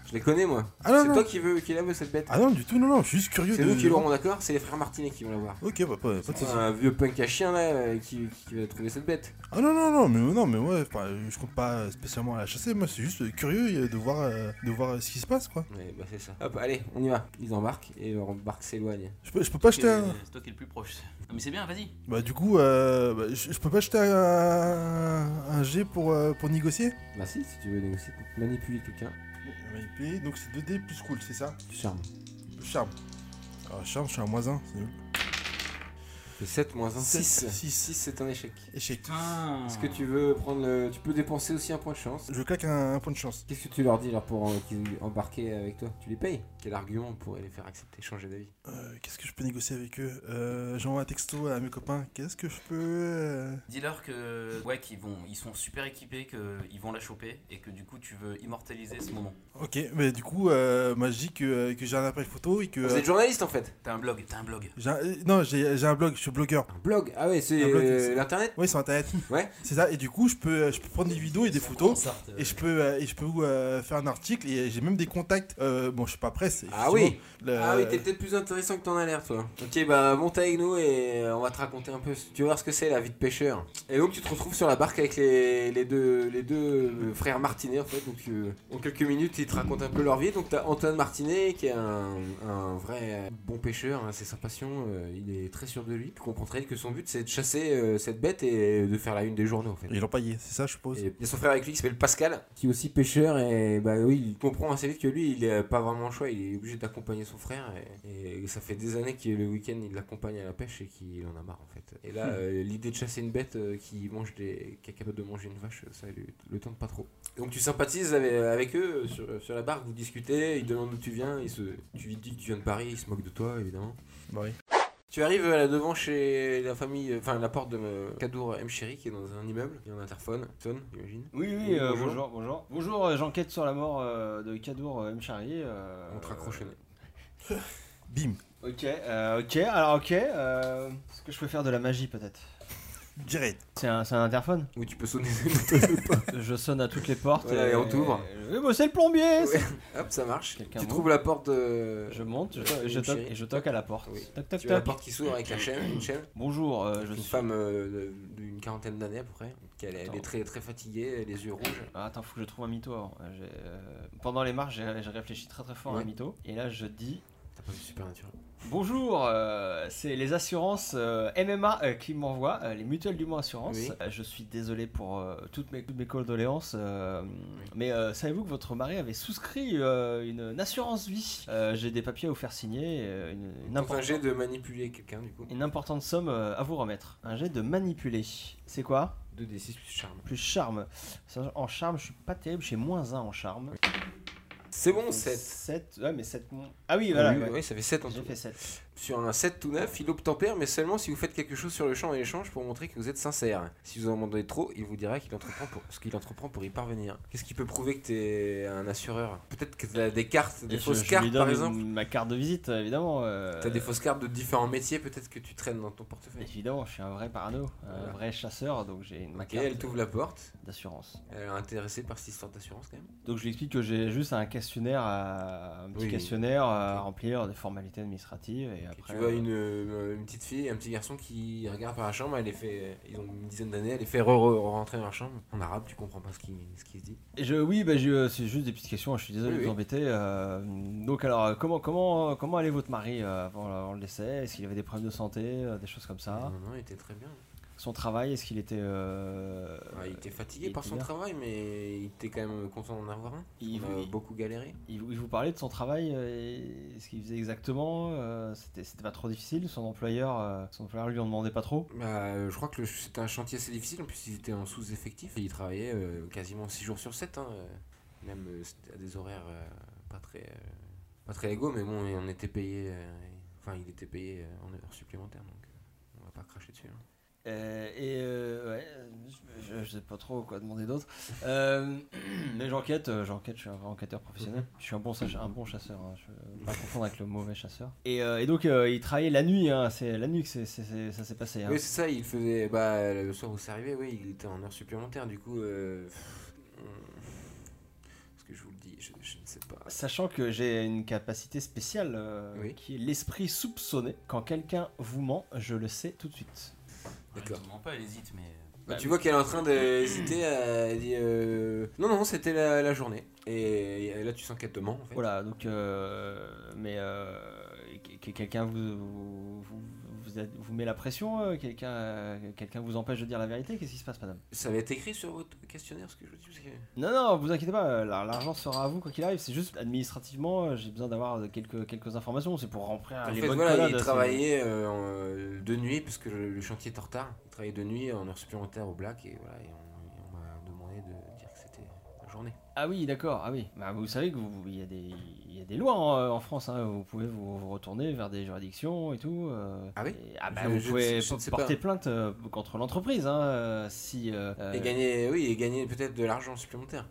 je les connais, moi. Ah non, c'est non. toi qui, veux, qui la veux, cette bête. Ah non, du tout, non, non, je suis juste curieux c'est de. nous qui l'aurons, d'accord C'est les frères Martinet qui vont la voir. Ok, bah, pas, pas de C'est soucis. un vieux punk à chien, là, euh, qui, qui va trouver cette bête. Ah non, non, non, mais, non, mais ouais, enfin, je compte pas spécialement à la chasser, moi c'est juste euh, curieux euh, de voir, euh, de voir euh, ce qui se passe quoi. Ouais, bah c'est ça. Hop, allez, on y va. Ils embarquent et leur barque s'éloigne. Je peux, je peux pas C'est jeter un... c'est toi qui es le plus proche. Non, mais c'est bien, vas-y. Bah du coup, euh, bah, je, je peux pas jeter un, un G pour, euh, pour négocier Bah si, si tu veux négocier, manipuler quelqu'un, Manipulé, donc c'est 2D plus cool, c'est ça Ah, tu charmes. Charme. Alors charme, je suis un moins 1, c'est nul. C'est 7 moins 1, Six. 6. Six. 6, c'est un échec. Échec. Est-ce Ah. que tu veux prendre le... Tu peux dépenser aussi un point de chance. Je claque un, un point de chance. Qu'est-ce que tu leur dis alors pour euh, qu'ils embarquent avec toi Tu les payes Quel argument pourrait les faire accepter, changer d'avis Euh, Qu'est-ce que je peux négocier avec eux Euh, J'envoie un texto à mes copains. Qu'est-ce que je peux euh, Dis-leur que ouais qu'ils vont ils sont super équipés qu'ils vont la choper et que du coup tu veux immortaliser ce moment. Ok, mais du coup, euh, moi je dis que, euh, que j'ai un appareil photo et que. Vous euh, êtes journaliste en fait T'as un blog, t'as un blog. j'ai un- euh, non, j'ai j'ai un blog, je suis blogueur. Un blog Ah ouais, c'est Un blog, euh, c'est- l'internet Oui, sur internet. Ouais. C'est ça, et du coup, je peux, euh, je peux prendre des vidéos et des photos. Et je peux, euh, et je peux euh, faire un article et j'ai même des contacts. Euh, bon, je suis pas presse. Ah oui Ah euh, oui, t'es peut-être plus intéressant que t'en as l'air, toi. Ok, bah monte avec nous et euh, on va te raconter un peu. ce- Tu vas voir ce que c'est la vie de pêcheur. Et donc tu te retrouves sur la barque avec les, les deux, les deux euh, frères Martinet en fait. Donc euh, en quelques minutes, ils te racontent un peu leur vie. Donc t'as Antoine Martinet qui est un, un vrai euh, bon pêcheur, hein, c'est sa passion. euh, il est très sûr de lui. Tu comprends très vite que son but c'est de chasser euh, cette bête et de faire la une des journaux en fait. Et l'empailler, c'est ça, je suppose. Et il y a son frère avec lui qui s'appelle Pascal, qui est aussi pêcheur. Et bah oui, il comprend assez vite que lui, il n'a pas vraiment le choix. Il est obligé d'accompagner son frère. Et, et ça fait des années que le week-end, il l'accompagne à la pêche et qu'il en a marre en fait. Et là, euh, l'idée de chasser une bête euh, qui mange des, qui est capable de manger une vache, ça lui- le tente pas trop. Donc tu sympathises avec, avec eux euh, sur, sur la barque, vous discutez, ils demandent d'où tu viens, ils se, tu lui dis que tu viens de Paris, ils se moquent de toi évidemment. Bah oui. Tu arrives à la devant chez la famille, enfin la porte de euh, Kadour M. Chéri qui est dans un immeuble. Il y a un interphone, sonne, j'imagine. Oui, Oui, oui, euh, bonjour. bonjour, bonjour. Bonjour, euh, j'enquête sur la mort euh, de Kadour euh, M. Charrier. euh, On te raccroche au nez. Bim. Ok, euh, ok, alors ok. euh, Est-ce que je peux faire de la magie peut-être Direct. C'est un, c'est un interphone Oui, tu peux sonner. Je sonne à toutes les portes. Voilà, et on t'ouvre. Oui, bah, c'est le plombier Ouais. c'est- Hop, ça marche. Quelqu'un Tu monte trouves la porte de. Je monte, je, Euh, je toque, chérie. et je toque à la porte. Oui. Toc, toc, Tu vois la toc. porte qui s'ouvre avec la chaîne, une chaîne. Bonjour, euh, je Une suis. femme euh, de- d'une quarantaine d'années à peu près. Elle, elle Attends. est très, très fatiguée, elle a les yeux rouges. Ah, attends, faut que je trouve un mytho avant. Euh, j'ai, euh, Pendant les marches, j'ai j'ai réfléchi très très fort à Ouais. un mytho. Et là, je dis T'as pas vu super naturel. Bonjour, euh, c'est les assurances euh, MMA euh, qui m'envoient, euh, les mutuelles du moins assurance. Oui. Euh, je suis désolé pour euh, toutes, mes, toutes mes condoléances, euh, mais euh, savez-vous que votre mari avait souscrit euh, une, une assurance vie Euh, J'ai des papiers à vous faire signer, euh, une, une Dans un importante, jet de manipuler quelqu'un du coup. une importante somme euh, à vous remettre. Un jet de manipuler. C'est quoi 2d6 plus charme. Plus charme. Ça, En charme, je suis pas terrible, j'ai moins 1 en charme. C'est bon, 7. 7. Ouais, mais 7. Ah oui, voilà. oui, ouais. oui, ça fait 7 en J'ai tout. fait 7. Sur un 7 tout neuf, il obtempère, mais seulement si vous faites quelque chose sur le champ en échange pour montrer que vous êtes sincère. Si vous en demandez trop, il vous dira qu'il entreprend pour... ce qu'il entreprend pour y parvenir. Qu'est-ce qui peut prouver que t'es un assureur Peut-être que t'as des cartes, des Et je- fausses je lui cartes par donne exemple. Ma carte de visite, évidemment. euh, T'as des fausses cartes de différents métiers, peut-être que tu traînes dans ton portefeuille. Évidemment, je suis un vrai parano, un Voilà. vrai chasseur, donc j'ai une- ma Ok, carte elle t'ouvre la porte. d'assurance. Elle est intéressée par cette histoire d'assurance quand même. Donc je lui explique que j'ai juste un questionnaire, à, un petit Oui. questionnaire à Ok. remplir, des formalités administratives et Et après. tu vois euh, une, euh, une petite fille et un petit garçon qui regarde par la chambre, elle est fait, ils ont une dizaine d'années, elle est fait re- re- rentrer dans la chambre. En arabe, tu comprends pas ce qui, ce qui se dit. et je, oui, bah, j'ai, euh, c'est juste des petites questions. Je suis désolé Oui, de vous oui. embêter. euh, donc alors, euh, comment comment euh, comment allait votre mari euh, avant, avant le décès Est-ce qu'il avait des problèmes de santé, euh, des choses comme ça Non, non, il était très bien. Son travail, est-ce qu'il était euh, Ouais, Ah, il était fatigué il par était son bien. travail, mais il était quand même content d'en avoir un. Il- Il a il- beaucoup galéré. Il, vous- il vous parlait de son travail, euh, et ce qu'il faisait exactement, euh, c'était c'était pas trop difficile, son employeur, euh, son employeur lui en demandait pas trop. Bah, euh, je crois que le- c'était un chantier assez difficile, en plus il était en sous-effectif et il travaillait euh, quasiment 6 jours sur 7, même euh, c'était à des horaires euh, pas, très, euh, pas très légaux, mais bon, et on était payé, euh, enfin il était payé euh, en heures supplémentaires, donc euh, on va pas cracher dessus. hein. Euh, et euh, ouais, je, je sais pas trop quoi demander d'autre. Euh, mais j'enquête, euh, j'enquête, je suis un vrai enquêteur professionnel. Je suis un bon, sach- un bon chasseur, hein, je veux pas confondre avec le mauvais chasseur. Et, euh, et donc euh, il travaillait la nuit, hein, c'est la nuit que c'est- c'est- c'est- ça s'est passé. hein. Oui, c'est ça, il faisait, bah, le soir où c'est arrivé, oui, il était en heures supplémentaires, du coup, euh, pff, on- est-ce que je vous le dis, je, je ne sais pas. Sachant que j'ai une capacité spéciale euh, Oui. qui est l'esprit soupçonné. Quand quelqu'un vous ment, je le sais tout de suite. D'accord. D'accord. pas, elle hésite mais euh, Bah, tu vois qu'elle est en train d'hésiter, elle dit euh, non, non, c'était la, la journée. Et là, tu sens qu'elle te ment en fait. Voilà, donc, euh, mais euh, que- que- quelqu'un vous, vous, vous- vous vous, a- vous met la pression euh, Quelqu'un euh, quelqu'un vous empêche de dire la vérité Qu'est-ce qui se passe, madame Ça va être écrit sur votre questionnaire ce que je vous dis parce que- Non, non, vous inquiétez pas, euh, la- l'argent sera à vous quoi qu'il arrive. C'est juste administrativement, euh, j'ai besoin d'avoir euh, quelques, quelques informations. C'est pour remplir En Ah, les fait, bonnes voilà, collades, il c'est- travaillait euh, en, euh, de nuit, parce que le, le chantier est en retard. Il travaillait de nuit en heure supplémentaire au black, et voilà, et on, et on m'a demandé de dire que c'était la journée. Ah oui, d'accord, ah oui. Bah, vous savez que vous- il y, a des- il y a des lois en, euh, en France, hein. vous pouvez vous, vous retourner vers des juridictions et tout. euh, Ah oui et- Ah bah, Je- vous je ne pouvez sais- je ne sais porter pas. plainte euh, contre l'entreprise, hein, euh, si... euh, Et euh, gagner, oui, et gagner peut-être de l'argent supplémentaire.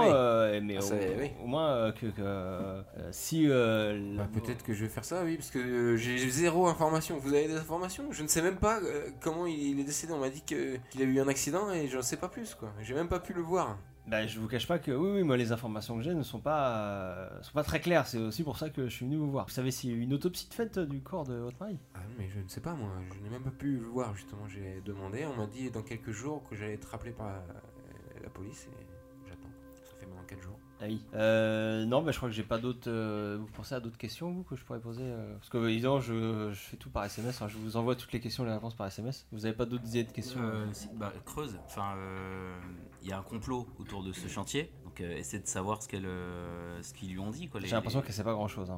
Ah oui. euh, mais Ah, au, ça, oui. au moins euh, que, que, euh, si euh, la- Bah, peut-être que je vais faire ça, oui, parce que euh, j'ai zéro information. Vous avez des informations Je ne sais même pas euh, comment il, il est décédé. On m'a dit que- qu'il a eu un accident et je ne sais pas plus, quoi. J'ai même pas pu le voir. Bah, je vous cache pas que oui, oui, moi les informations que j'ai ne sont pas, euh, sont pas très claires. C'est aussi pour ça que je suis venu vous voir. Vous savez s'il y a eu une autopsie de fait euh, du corps de votre mari Ah, mais je ne sais pas, moi. Je n'ai même pas pu le voir, justement. J'ai demandé. On m'a dit dans quelques jours que j'allais être rappelé par euh, la police et j'attends. Ça fait maintenant 4 jours. Ah oui. Euh, non, bah, je crois que j'ai pas d'autres. euh, vous pensez à d'autres questions vous que je pourrais poser euh, Parce que évidemment, je, je fais tout par SMS. hein. Je vous envoie toutes les questions, les réponses par SMS. Vous avez pas d'autres idées de questions Euh, si- bah, creuse. Enfin, euh, il y a un complot autour de ce chantier. Donc, euh, essaie de savoir ce qu'elle, euh, ce qu'ils lui ont dit. quoi, les- J'ai l'impression que c'est pas grand chose.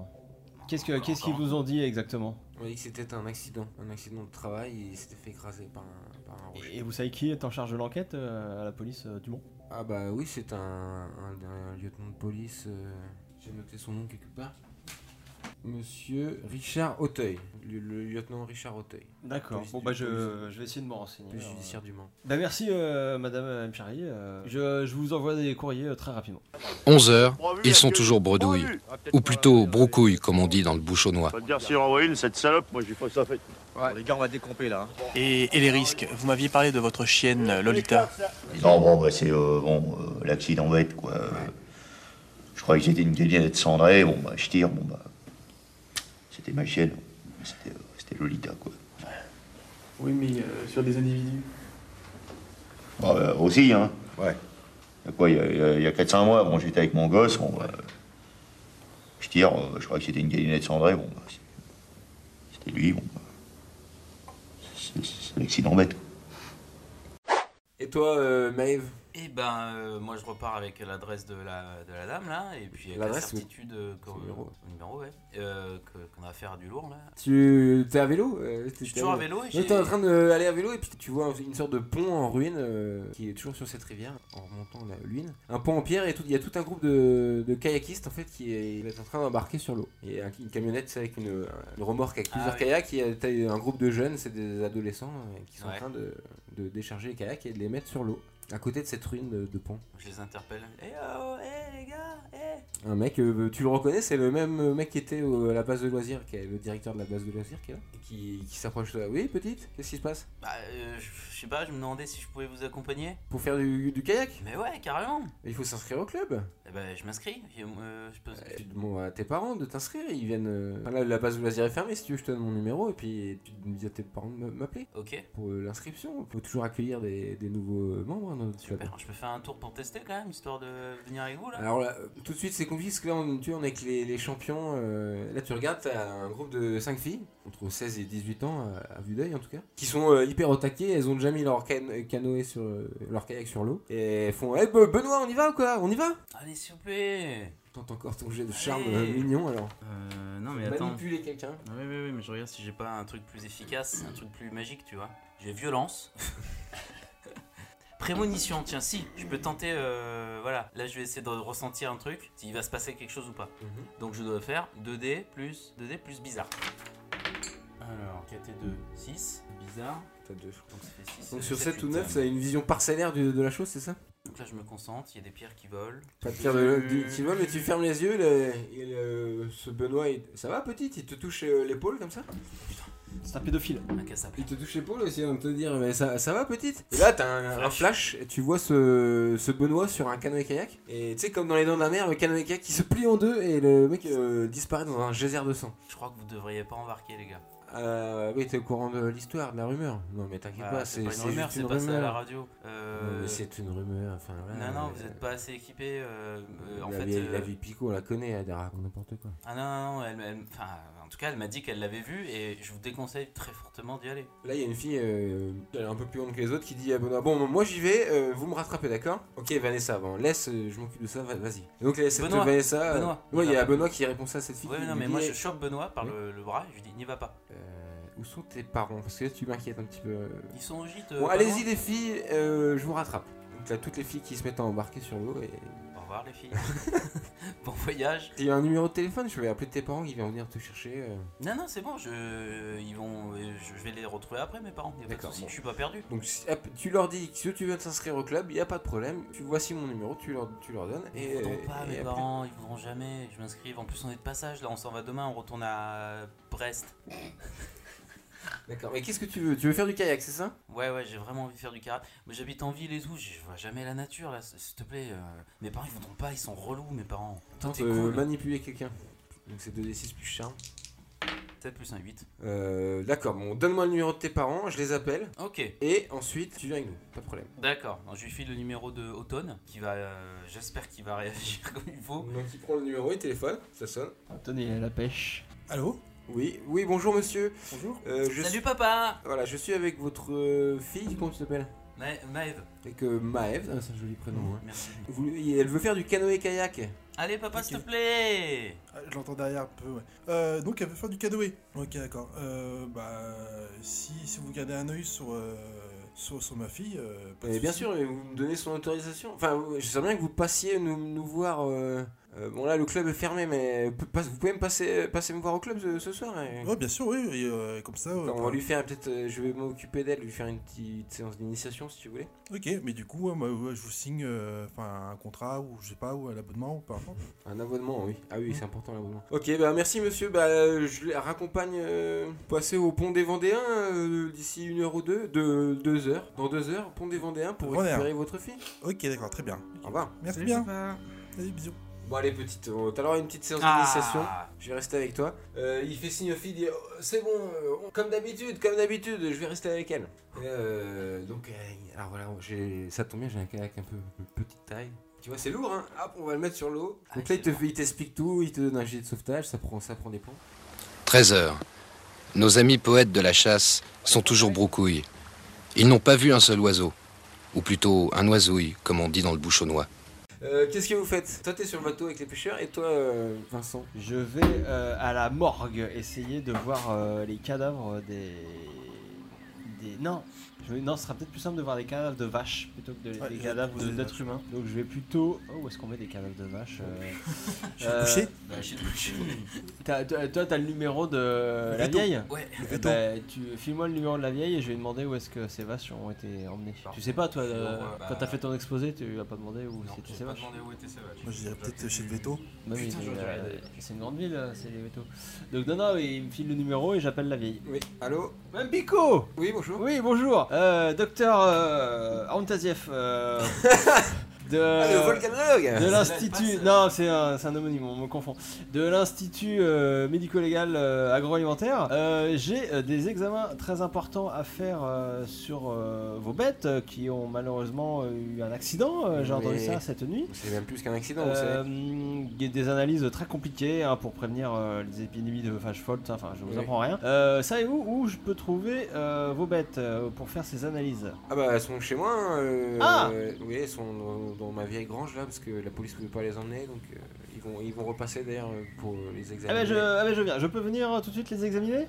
Qu'est-ce que, Encore, qu'est-ce qu'ils encore. vous ont dit exactement On m'a dit que c'était un accident. Un accident de travail et il s'était fait écraser par un, par un rocher. Et et vous savez qui est en charge de l'enquête euh, à la police euh, du Mont Ah bah oui, c'est un, un- un lieutenant de police. euh, J'ai noté son nom quelque part. Monsieur Richard Auteuil. Le, le lieutenant Richard Auteuil. D'accord. Police Bon du- bah police- je, je vais essayer de me renseigner. police alors, euh, judiciaire du Mans. Bah merci euh, Madame euh, M. Charrier. euh, je, je vous envoie des courriers euh, très rapidement. 11 heures, Bravo, la ils sont gueule. toujours bredouilles. Bravo. Ou plutôt broucouilles, comme on dit dans le bouchonnois. Faut te dire s'il envoie une, cette salope, moi j'ai pas ça fait. Les gars, on va décamper là. Et, et les risques Vous m'aviez parlé de votre chienne euh, Lolita. Non, bon, bah, c'est euh, bon, euh, l'accident bête, quoi. Euh, Je croyais que c'était une galette cendrée, bon, bah, je tire, bon, bah. C'était ma chienne, c'était, euh, c'était Lolita, quoi. Oui, mais euh, sur des individus. Bah, euh, aussi, hein. Ouais. Il y a quoi, il y a- il y a, il y a 4-5 mois, bon, j'étais avec mon gosse, bon, bah, Je tire, euh, je croyais que c'était une galinette cendrée, bon, bah, c'est- C'était lui, bon, bah, c'est- C'est c'est l'accident bête, Et toi, euh, Maëve Eh ben, euh, moi je repars avec l'adresse de la, de la dame là, et puis avec la L'adresse, oui. certitude euh, que- Son numéro. son numéro, ouais, euh, que- qu'on a affaire à du lourd là. Tu t'es à vélo euh, t'es- Je suis t'es toujours à vélo et Non, j'ai- T'es en train d'aller à vélo et puis tu vois une sorte de pont en ruine euh, qui est toujours sur cette rivière en remontant la ruine. Un pont en pierre et tout- il y a tout un groupe de, de kayakistes en fait qui est, est en train d'embarquer sur l'eau. Et un- une camionnette c'est avec une, euh, une remorque avec Ah plusieurs oui. kayaks. Et t'as un groupe de jeunes, c'est des adolescents euh, qui sont Ouais. en train de, de décharger les kayaks et de les mettre sur l'eau. À côté de cette ruine de, de pont. Je les interpelle. Eh oh, eh les gars, eh Un mec, euh, tu le reconnais, c'est le même euh, mec qui était au- à la base de loisirs, qui est le directeur de la base de loisirs qui est là. Et qui, qui s'approche de toi. Oui petite, qu'est-ce qui se passe Bah, euh, je je sais pas, je me demandais si je pouvais vous accompagner. Pour faire du, du kayak Mais ouais, carrément Il faut s'inscrire au club. Eh ben, je m'inscris. Et, euh, je peux... Tu demandes à tes parents de t'inscrire. Ils viennent. euh, enfin, là, la base de loisirs est fermée. Si tu veux, je te donne mon numéro et puis tu dis à tes parents de m- m'appeler Ok, pour euh, l'inscription. Faut toujours accueillir des, des nouveaux euh, membres dans notre club. super. Je peux faire un tour pour tester quand même, histoire de venir avec vous là Alors là, euh, tout de suite, c'est compliqué parce que là, on, tu vois, on est avec les, les champions. euh, là, tu regardes, t'as un groupe de 5 filles, entre 16 et 18 ans, à, à vue d'œil en tout cas, qui sont euh, hyper au taquet. Elles ont déjà mis leur can- canoë sur euh, leur kayak sur l'eau et elles font Eh, Be- Benoît, on y va ou quoi On y va Allez, s'il vous plaît Tente encore ton jet de charme Allez. euh, mignon alors. Euh, non mais Bah, attends. Ah, Manipuler quelqu'un. Oui, oui, oui, mais je regarde si j'ai pas un truc plus efficace, un truc plus magique, tu vois. J'ai violence. Prémonition, tiens, si, je peux tenter, euh, voilà. Là, je vais essayer de ressentir un truc, s'il va se passer quelque chose ou pas. Donc, je dois faire 2D plus 2D plus bizarre. Alors, 4 et 2, 6, bizarre. T'as deux, je crois. Donc, ça fait 6. Donc sur 7 ou 9, ça a une vision parcellaire du- de la chose, c'est ça Donc là, je me concentre, il y a des pierres qui volent. Euh, Pas de pierre de- du- qui vole, mais tu fermes les yeux, le- et le- ce Benoît, il- ça va petite Il te touche euh, l'épaule comme ça C'est un pédophile. Un cassable. Il te touche l'épaule aussi, on te dire, mais ça, ça va petite Et là, t'as un, un flash, et tu vois ce, ce Benoît sur un canoë-kayak, et tu sais, comme dans les dents de la mer, le canoë-kayak qui se plie en deux, et le mec euh, disparaît dans un geyser de sang. Je crois que vous devriez pas embarquer, les gars. Euh, oui, t'es au courant de l'histoire, de la rumeur. Non, mais t'inquiète Ah, pas, c'est c'est pas une rumeur, juste c'est une passé à la rumeur. radio. Euh, Non, mais C'est une rumeur. Enfin, voilà, non, non, euh, vous n'êtes pas assez équipé. euh, euh, en la, fait, vieille, euh, la vieille Pico, on la connaît, elle raconte n'importe quoi. Ah non, non, non, elle, elle- enfin, en tout cas, elle m'a dit qu'elle l'avait vu et je vous déconseille très fortement d'y aller. Là, il y a une fille, euh, elle est un peu plus grande que les autres, qui dit à Benoît Bon, moi j'y vais, euh, vous me rattrapez, d'accord Ok, Vanessa, bon, laisse, euh, je m'occupe de ça, va- vas-y. Et donc, cette Benoît, Vanessa. Benoît. Oui, il y a Benoît qui répond ça à cette fille. Ouais, qui mais non, lui mais moi dit, je chope Benoît par Oui. le, le bras et je lui dis n'y va pas. Euh, Où sont tes parents Parce que là, tu m'inquiètes un petit peu. Ils sont au gîte. euh, Bon, pas allez-y, loin. les filles, euh, je vous rattrape. Donc, là, toutes les filles qui se mettent à embarquer sur l'eau et. Au revoir, les filles. bon voyage. Il y a un numéro de téléphone, je vais appeler tes parents, ils vont venir te chercher. euh. Non, non, c'est bon, je, ils vont, euh, je je vais les retrouver après, mes parents. Y a pas de D'accord, souci, bon. je suis pas perdu. Donc si- hop, tu leur dis que si tu veux t'inscrire au club, il n'y a pas de problème. Tu voici mon numéro, tu leur, tu leur donnes. Ils Et, voudront pas, et mes après- parents, ils voudront jamais. Je m'inscrive. En plus, on est de passage, là, on s'en va demain, on retourne à Brest. D'accord, mais qu'est-ce que tu veux Tu veux faire du kayak, c'est ça Ouais, ouais, j'ai vraiment envie de faire du karaté. Moi, j'habite en ville et tout, je vois jamais la nature, là, s- s'il te plaît. euh, Mes parents, ils voudront pas, ils sont relous, mes parents. Toi, Attends, t'es euh, cool. manipuler quelqu'un. Donc c'est 2d6 plus charme. 7 plus 1, 8. Euh, D'accord, bon, donne-moi le numéro de tes parents, je les appelle. Ok. Et ensuite, tu viens avec nous, pas de problème. D'accord, Alors, je lui file le numéro de Automne, qui va. euh, J'espère qu'il va réagir comme il faut. Donc il prend le numéro, il téléphone, ça sonne. Tenez, la pêche. Allô Oui, oui, bonjour monsieur. Euh, Bonjour. Salut papa Voilà, je suis avec votre euh, fille, comment tu t'appelles Ma- Maëve, Avec euh, Maëve, ah, c'est un joli prénom. hein. merci. Vous- elle veut faire du canoë-kayak. Allez, papa, s'il te plaît Ah, Je l'entends derrière un peu, ouais. Euh, donc elle veut faire du canoë. Ok, d'accord. Euh, bah, si, si vous gardez un œil sur, euh, sur, sur ma fille, euh, pas de Eh bien souci. sûr, mais vous me donnez son autorisation. Enfin, vous- je sais bien que vous passiez nous, nous voir. euh, euh, bon, là, le club est fermé, mais vous pouvez pas- vous pouvez me passer, passer me voir au club ce, ce soir. et- Ouais, bien sûr, oui. et, euh, comme ça. Enfin, euh, on va lui faire peut-être. euh, je vais m'occuper d'elle, lui faire une petite séance d'initiation si tu voulais. Ok, mais du coup, euh, moi, ouais, je vous signe euh, enfin un contrat ou je sais pas, ou un abonnement ou peu importe. Un abonnement, oui. Ah oui, c'est important l'abonnement. Ok, bah merci monsieur. Bah, je la raccompagne euh, passer au pont des Vendéens euh, d'ici une heure ou deux, de deux heures, dans deux heures, pont des Vendéens pour Vendéens. récupérer votre fille. Ok, d'accord, très bien. Au revoir. Merci bien. Allez, bisous. Bon allez petite, on- t'as alors une petite séance Ah. d'initiation, je vais rester avec toi. Euh, il fait signe aux filles, il dit Oh, c'est bon, euh, on- comme d'habitude, comme d'habitude, je vais rester avec elle. Euh, donc euh, alors voilà, j'ai- ça tombe bien, j'ai un kayak un peu de petite taille. Tu vois c'est lourd hein, hop on va le mettre sur l'eau. Donc là il te fait- il t'explique tout, il te donne un gilet de sauvetage, ça prend, ça prend des points. 13 heures. Nos amis poètes de la chasse sont toujours broucouilles. Ils n'ont pas vu un seul oiseau, ou plutôt un oisouille, comme on dit dans le bouchonnois. Euh, Qu'est-ce que vous faites Toi t'es sur le bateau avec les pêcheurs et toi euh, Vincent Je vais euh, à la morgue essayer de voir euh, les cadavres des. des... Non, je vais- non, ce sera peut-être plus simple de voir des cadavres de vaches plutôt que de- Ouais, des je- cadavres de- des d'êtres humains. Donc je vais plutôt. Oh, où est-ce qu'on met des cadavres de vaches euh, Chez le boucher Bah, chez le boucher. T'as- t'as- toi, t'as le numéro de la veto. vieille Ouais. Le Eh veto. ben, tu file-moi le numéro de la vieille et je vais demander où est-ce que ces vaches ont été emmenées. Tu sais pas, toi, euh, Bon, ouais, bah, quand t'as fait ton exposé, tu as pas demandé où Non, c'était j'ai ces pas vaches. demandé où était ces vaches. Moi, je dirais peut-être chez le veto. Bah oui, Putain, mais, j'aurais dû euh, regarder. c'est une grande ville, euh, c'est les métaux. Donc non, non, il me file le numéro et j'appelle la vieille. Oui, allô Même Pico Oui bonjour. Oui, bonjour euh, Docteur euh, Antaziev euh, de, Ah, le volcanologue de C'est l'Institut... la passe, euh. Non, c'est un, c'est un homonyme, on me confond. De l'Institut euh, médico-légal euh, agroalimentaire. Euh, J'ai euh, des examens très importants à faire euh, sur euh, vos bêtes euh, qui ont malheureusement euh, eu un accident. euh, J'ai entendu Oui. ça cette nuit. C'est même plus qu'un accident, vous Euh, savez. Il y a des analyses très compliquées hein, pour prévenir euh, les épidémies de vache folle, tout ça, enfin je vous Oui. apprends rien. Euh, Savez-vous où je peux trouver euh, vos bêtes euh, pour faire ces analyses Ah bah elles sont chez moi. hein, euh, Ah euh, Oui, elles sont dans, dans ma vieille grange là parce que la police pouvait pas les emmener donc euh, ils vont ils vont repasser d'ailleurs euh, pour euh, les ah examiner. bah, je, ah bah, je viens, je peux venir euh, tout de suite les examiner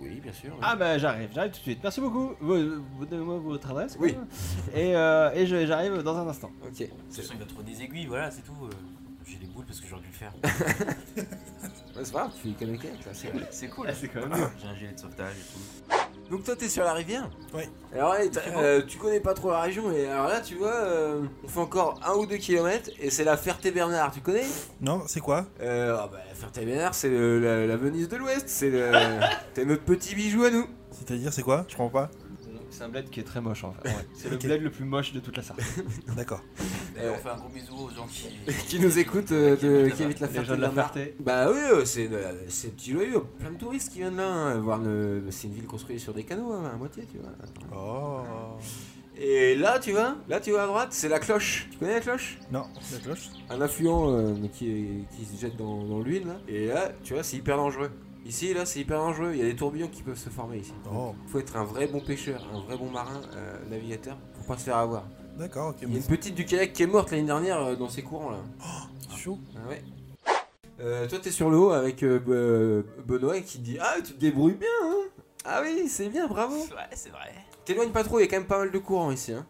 Oui, bien sûr. oui. Ah bah j'arrive, j'arrive tout de suite, merci beaucoup Vous, vous Donnez-moi votre adresse Oui. quoi. Et, euh, et je- j'arrive dans un instant. Ok. De toute C'est façon, il va trouver des aiguilles, voilà, c'est tout. euh, J'ai des boules parce que j'aurais dû le faire. ouais, c'est pas grave, tu les connais quelques, là. Ah, c'est- Euh, C'est cool. c'est quand même J'ai un gilet de sauvetage et tout. Donc toi t'es sur la rivière. Ouais. Alors ouais, t'as- euh, tu connais pas trop la région et alors là tu vois euh, on fait encore un ou deux kilomètres et c'est la Ferté Bernard. Tu connais Non, c'est quoi euh, ah bah, La Ferté Bernard c'est le- la, la Venise de l'Ouest. C'est le- c'est notre petit bijou à nous. C'est-à-dire, c'est quoi Je comprends pas. C'est un bled qui est très moche en fait. C'est le Ok. bled le plus moche de toute la Sarthe. D'accord. D'ailleurs, on fait un gros bisou aux gens qui, qui nous écoute euh, de, qui évite la Les fête gens de la Ferté. Bah oui, euh, c'est euh, c'est petit joyeux. Plein de touristes qui viennent là. hein, voir le- C'est une ville construite sur des canaux hein, à moitié, tu vois. Oh. Et là, tu vois, là, tu vois à droite, c'est la cloche. Tu connais la cloche Non, la cloche. Un affluent euh, qui, est- qui se jette dans, dans l'huile. là. Et là, tu vois, c'est hyper dangereux. Ici, là, c'est hyper dangereux. Il y a des tourbillons qui peuvent se former ici. Oh. Il faut être un vrai bon pêcheur, un vrai bon marin, euh, navigateur, pour pas se faire avoir. D'accord, ok. Il y a une petite du kayak qui est morte l'année dernière euh, dans ces courants là. chaud. Ah ouais. Euh, toi t'es sur le haut avec euh, Be- Benoît qui dit Ah tu te débrouilles bien hein Ah oui c'est bien bravo Ouais c'est vrai. T'éloignes pas trop, il y a quand même pas mal de courants ici hein.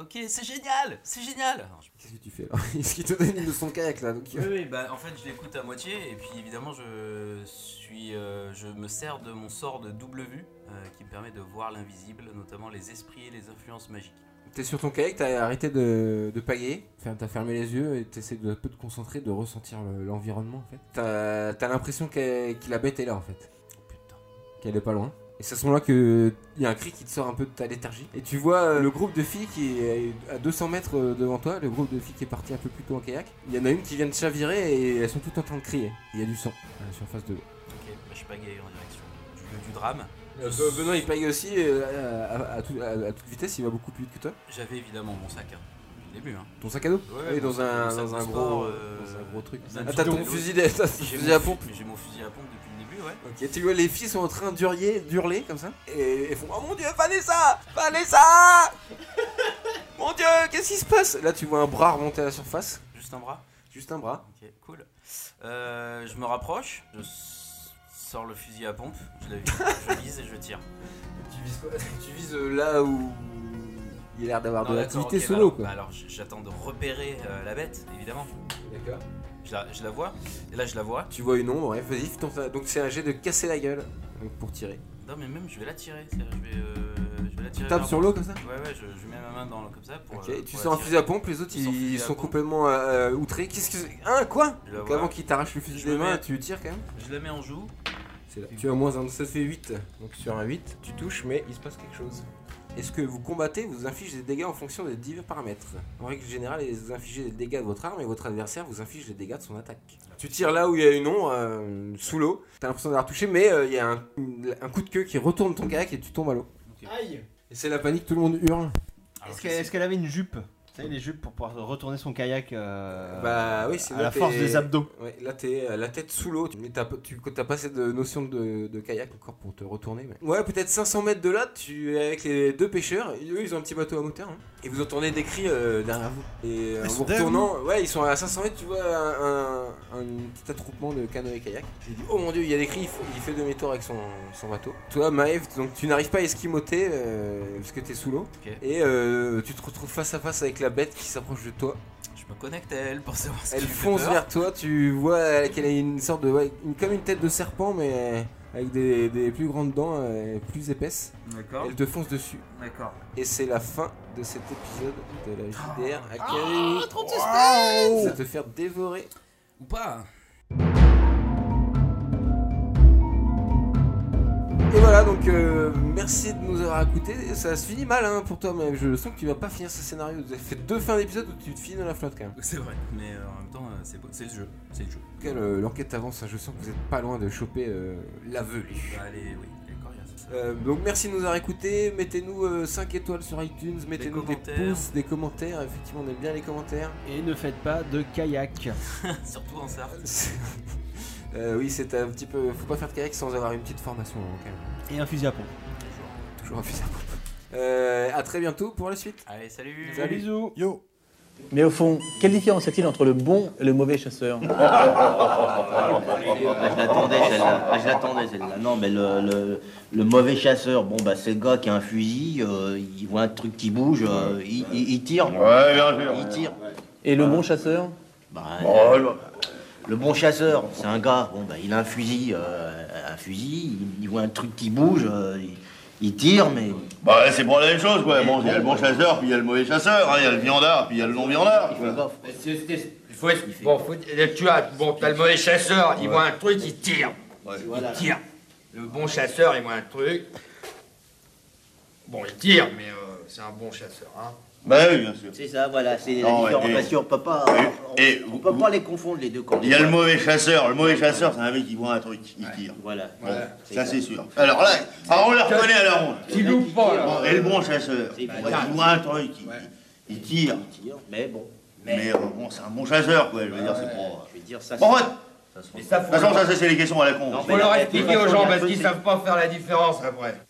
Ok, c'est génial, c'est génial. Alors, je- Qu'est-ce que tu fais alors Est-ce qu'il te donne une leçon de kayak là donc, Oui, oui, bah en fait je l'écoute à moitié et puis évidemment je suis, euh, je me sers de mon sort de double vue euh, qui me permet de voir l'invisible, notamment les esprits et les influences magiques. T'es sur ton kayak, t'as arrêté de, de pagayer, Enfin, t'as fermé les yeux et t'essaies de un peu te concentrer, de ressentir le- l'environnement en fait. T'as t'as l'impression qu'elle- que la bête est là en fait. Qu'elle est pas loin. Et c'est à ce moment-là qu'il y a un cri qui te sort un peu de ta léthargie. Et tu vois euh, le groupe de filles qui est à 200 mètres euh, devant toi, le groupe de filles qui est parti un peu plus tôt en kayak. Il y en a une qui vient de chavirer et elles sont toutes en train de crier. Il y a du sang à la surface de l'eau. Ok, bah, je pagaille en direction du, du drame. Euh, Be- Benoît il paye aussi euh, à, à- à tout- à- à toute vitesse, il va beaucoup plus vite que toi. J'avais évidemment mon sac hein, depuis le début. Hein. Ton sac à dos Ouais, Ah oui, mon dans sac- un, mon sac dans un de gros, sport, euh, dans un gros truc. dans un Ah, t'as bidon. ton fusil, de- t'as ton J'ai fusil mon à fu- pompe. J'ai mon fusil à pompe depuis le début, ouais. Ok, tu vois, les filles sont en train d'hurler, d'hurler comme ça. Et elles font Oh mon dieu, Vanessa Vanessa Mon dieu, qu'est-ce qui se passe Là, tu vois un bras remonter à la surface. Juste un bras Juste un bras. Ok, cool. Euh, je me rapproche, je s- sors le fusil à pompe, je, le- je vise et je tire. Tu vises quoi Tu vises euh, là où il a l'air d'avoir Non, de d'accord, l'activité ok, sous bah l'eau, alors- bah quoi. Alors, j- j'attends de repérer euh, la bête, évidemment. D'accord. Je la, je la vois, et là je la vois. Tu vois une ombre, ouais, vas-y, fais ton- donc c'est un jet de casser la gueule donc pour tirer. Non, mais même je vais la tirer. c'est-à-dire, Je vais, euh, je vais la tirer. tapes vers sur moi. l'eau, comme ça Ouais, ouais, je, je mets ma main dans l'eau comme ça pour. Ok, euh, tu pour la sors un tirer. fusil à pompe, les autres Je sors ils fusil à sont pompe. complètement euh, outrés. Qu'est-ce que. c'est Hein, quoi Je la Donc vois. avant qu'ils t'arrachent le fusil Je des le mains, mets- tu tires quand même Je la mets en joue. C'est là. Tu as moins un, ça fait 8. Donc sur un 8, tu touches, mais il se passe quelque chose. Est-ce que vous combattez, vous infligez des dégâts en fonction des divers paramètres En règle générale, vous infligez des dégâts de votre arme et votre adversaire vous inflige les dégâts de son attaque. Tu tires là où il y a une ombre, euh, sous l'eau, t'as l'impression d'avoir touché, mais euh, il y a un, un coup de queue qui retourne ton kayak et tu tombes à l'eau. Aïe Et c'est la panique, tout le monde hurle. Est-ce qu'elle est-ce qu'elle avait une jupe Vous savez, les jupes pour pouvoir retourner son kayak euh, Bah oui, c'est à là, la force t'es- des abdos. Ouais, là, t'es euh, la tête sous l'eau. Mais t'as pas- tu t'as pas cette euh, notion de, de kayak encore pour te retourner. mais- Ouais, peut-être 500 mètres de là, tu es avec les deux pêcheurs. Et Eux, ils ont un petit bateau à moteur. hein. Et vous entendez des cris euh, derrière vous. Et euh, en Ils vous sont derrière retournant, ouais, ils sont à 500 mètres, tu vois un, un- un petit attroupement de canoë et kayak. J'ai dit, oh mon dieu, il y a des cris. Il, faut- il fait demi-tour avec son, son bateau. Toi, Maëv, donc tu n'arrives pas à esquimoter euh, parce que t'es sous l'eau. Ok. Et euh, tu te retrouves face à face avec la bête qui s'approche de toi. Je me connecte à elle pour savoir ce Elle qui lui fait fonce peur. vers toi, tu vois qu'elle a une sorte de. ouais, une- comme une tête de serpent, mais avec des, des plus grandes dents euh, plus épaisses. D'accord. Elle te fonce dessus. D'accord. Et c'est la fin de cet épisode de la JDR Academy. Ah, trop de Waouh Ça te faire dévorer. Ou pas Et voilà, donc euh, merci de nous avoir écoutés. Ça se finit mal hein, pour toi, mais je sens que tu vas pas finir ce scénario. Vous avez fait deux fins d'épisode où tu te finis dans la flotte quand même. C'est vrai. Mais euh, en même temps, euh, c'est beau- c'est le jeu. C'est le jeu. En tout cas, le- l'enquête avance. hein. Je sens que vous êtes pas loin de choper euh, la velue. Bah, elle est, oui, elle est coriace. Euh, donc merci de nous avoir écoutés, mettez-nous 5 étoiles sur iTunes, mettez-nous des, commentaires. pouces, des commentaires, effectivement on aime bien les commentaires. Et ne faites pas de kayak. Surtout en Sarthe. Euh, oui c'est un petit peu... Faut pas faire de kayak sans avoir une petite formation hein, quand même. Et un fusil à pompe. Toujours un fusil à pompe. Euh, à très bientôt pour la suite. Allez, salut Salut. Bisous Yo Mais au fond, quelle différence y a-t-il entre le bon et le mauvais chasseur Ah, je l'attendais celle-là. Ah, je l'attendais celle-là. Non, mais le, le- le mauvais chasseur, bon, bah, c'est le gars qui a un fusil, euh, il voit un truc qui bouge, euh, il, il- il tire. Ouais, bien sûr. Il tire. Et le bon chasseur Bah, Oh, euh, le bon chasseur, c'est un gars, bon, bah, il a un fusil, euh, un fusil, il, il voit un truc qui bouge, euh, il, il tire, mais. Bah, c'est pour la même chose, quoi. Bon, il y a le bon chasseur, puis il y a le mauvais chasseur, hein, il y a le viandard, puis il y a le non-viandard. quoi. Il faut être- Bon, faut- euh, tu as, bon, t'as le mauvais chasseur, il voit un truc, il tire. Il tire. Le bon chasseur, il voit un truc. Bon, il tire, mais euh, c'est un bon chasseur, hein. Bah oui, bien sûr. C'est ça, voilà, c'est la Non, différence. et- Parce qu'on peut pas, on, on peut pas les confondre les deux quand Il y a le mauvais chasseur. Le mauvais chasseur, c'est un mec qui voit un truc, il tire. Voilà. Bon, ça c'est sûr. Alors là, alors on le reconnaît à la ronde. Qui loupe pas, là. Bon, Et le bon chasseur. bah, C'est Il vrai. voit un truc, il- il tire. Mais bon. Mais euh, bon, c'est un bon chasseur, quoi. Je veux dire, c'est pour. Je vais dire ça. Bon, c'est- ouais. De toute façon, ça, c'est les questions à la con. mais Faut leur la- expliquer aux gens, parce qu'ils savent pas faire la différence après.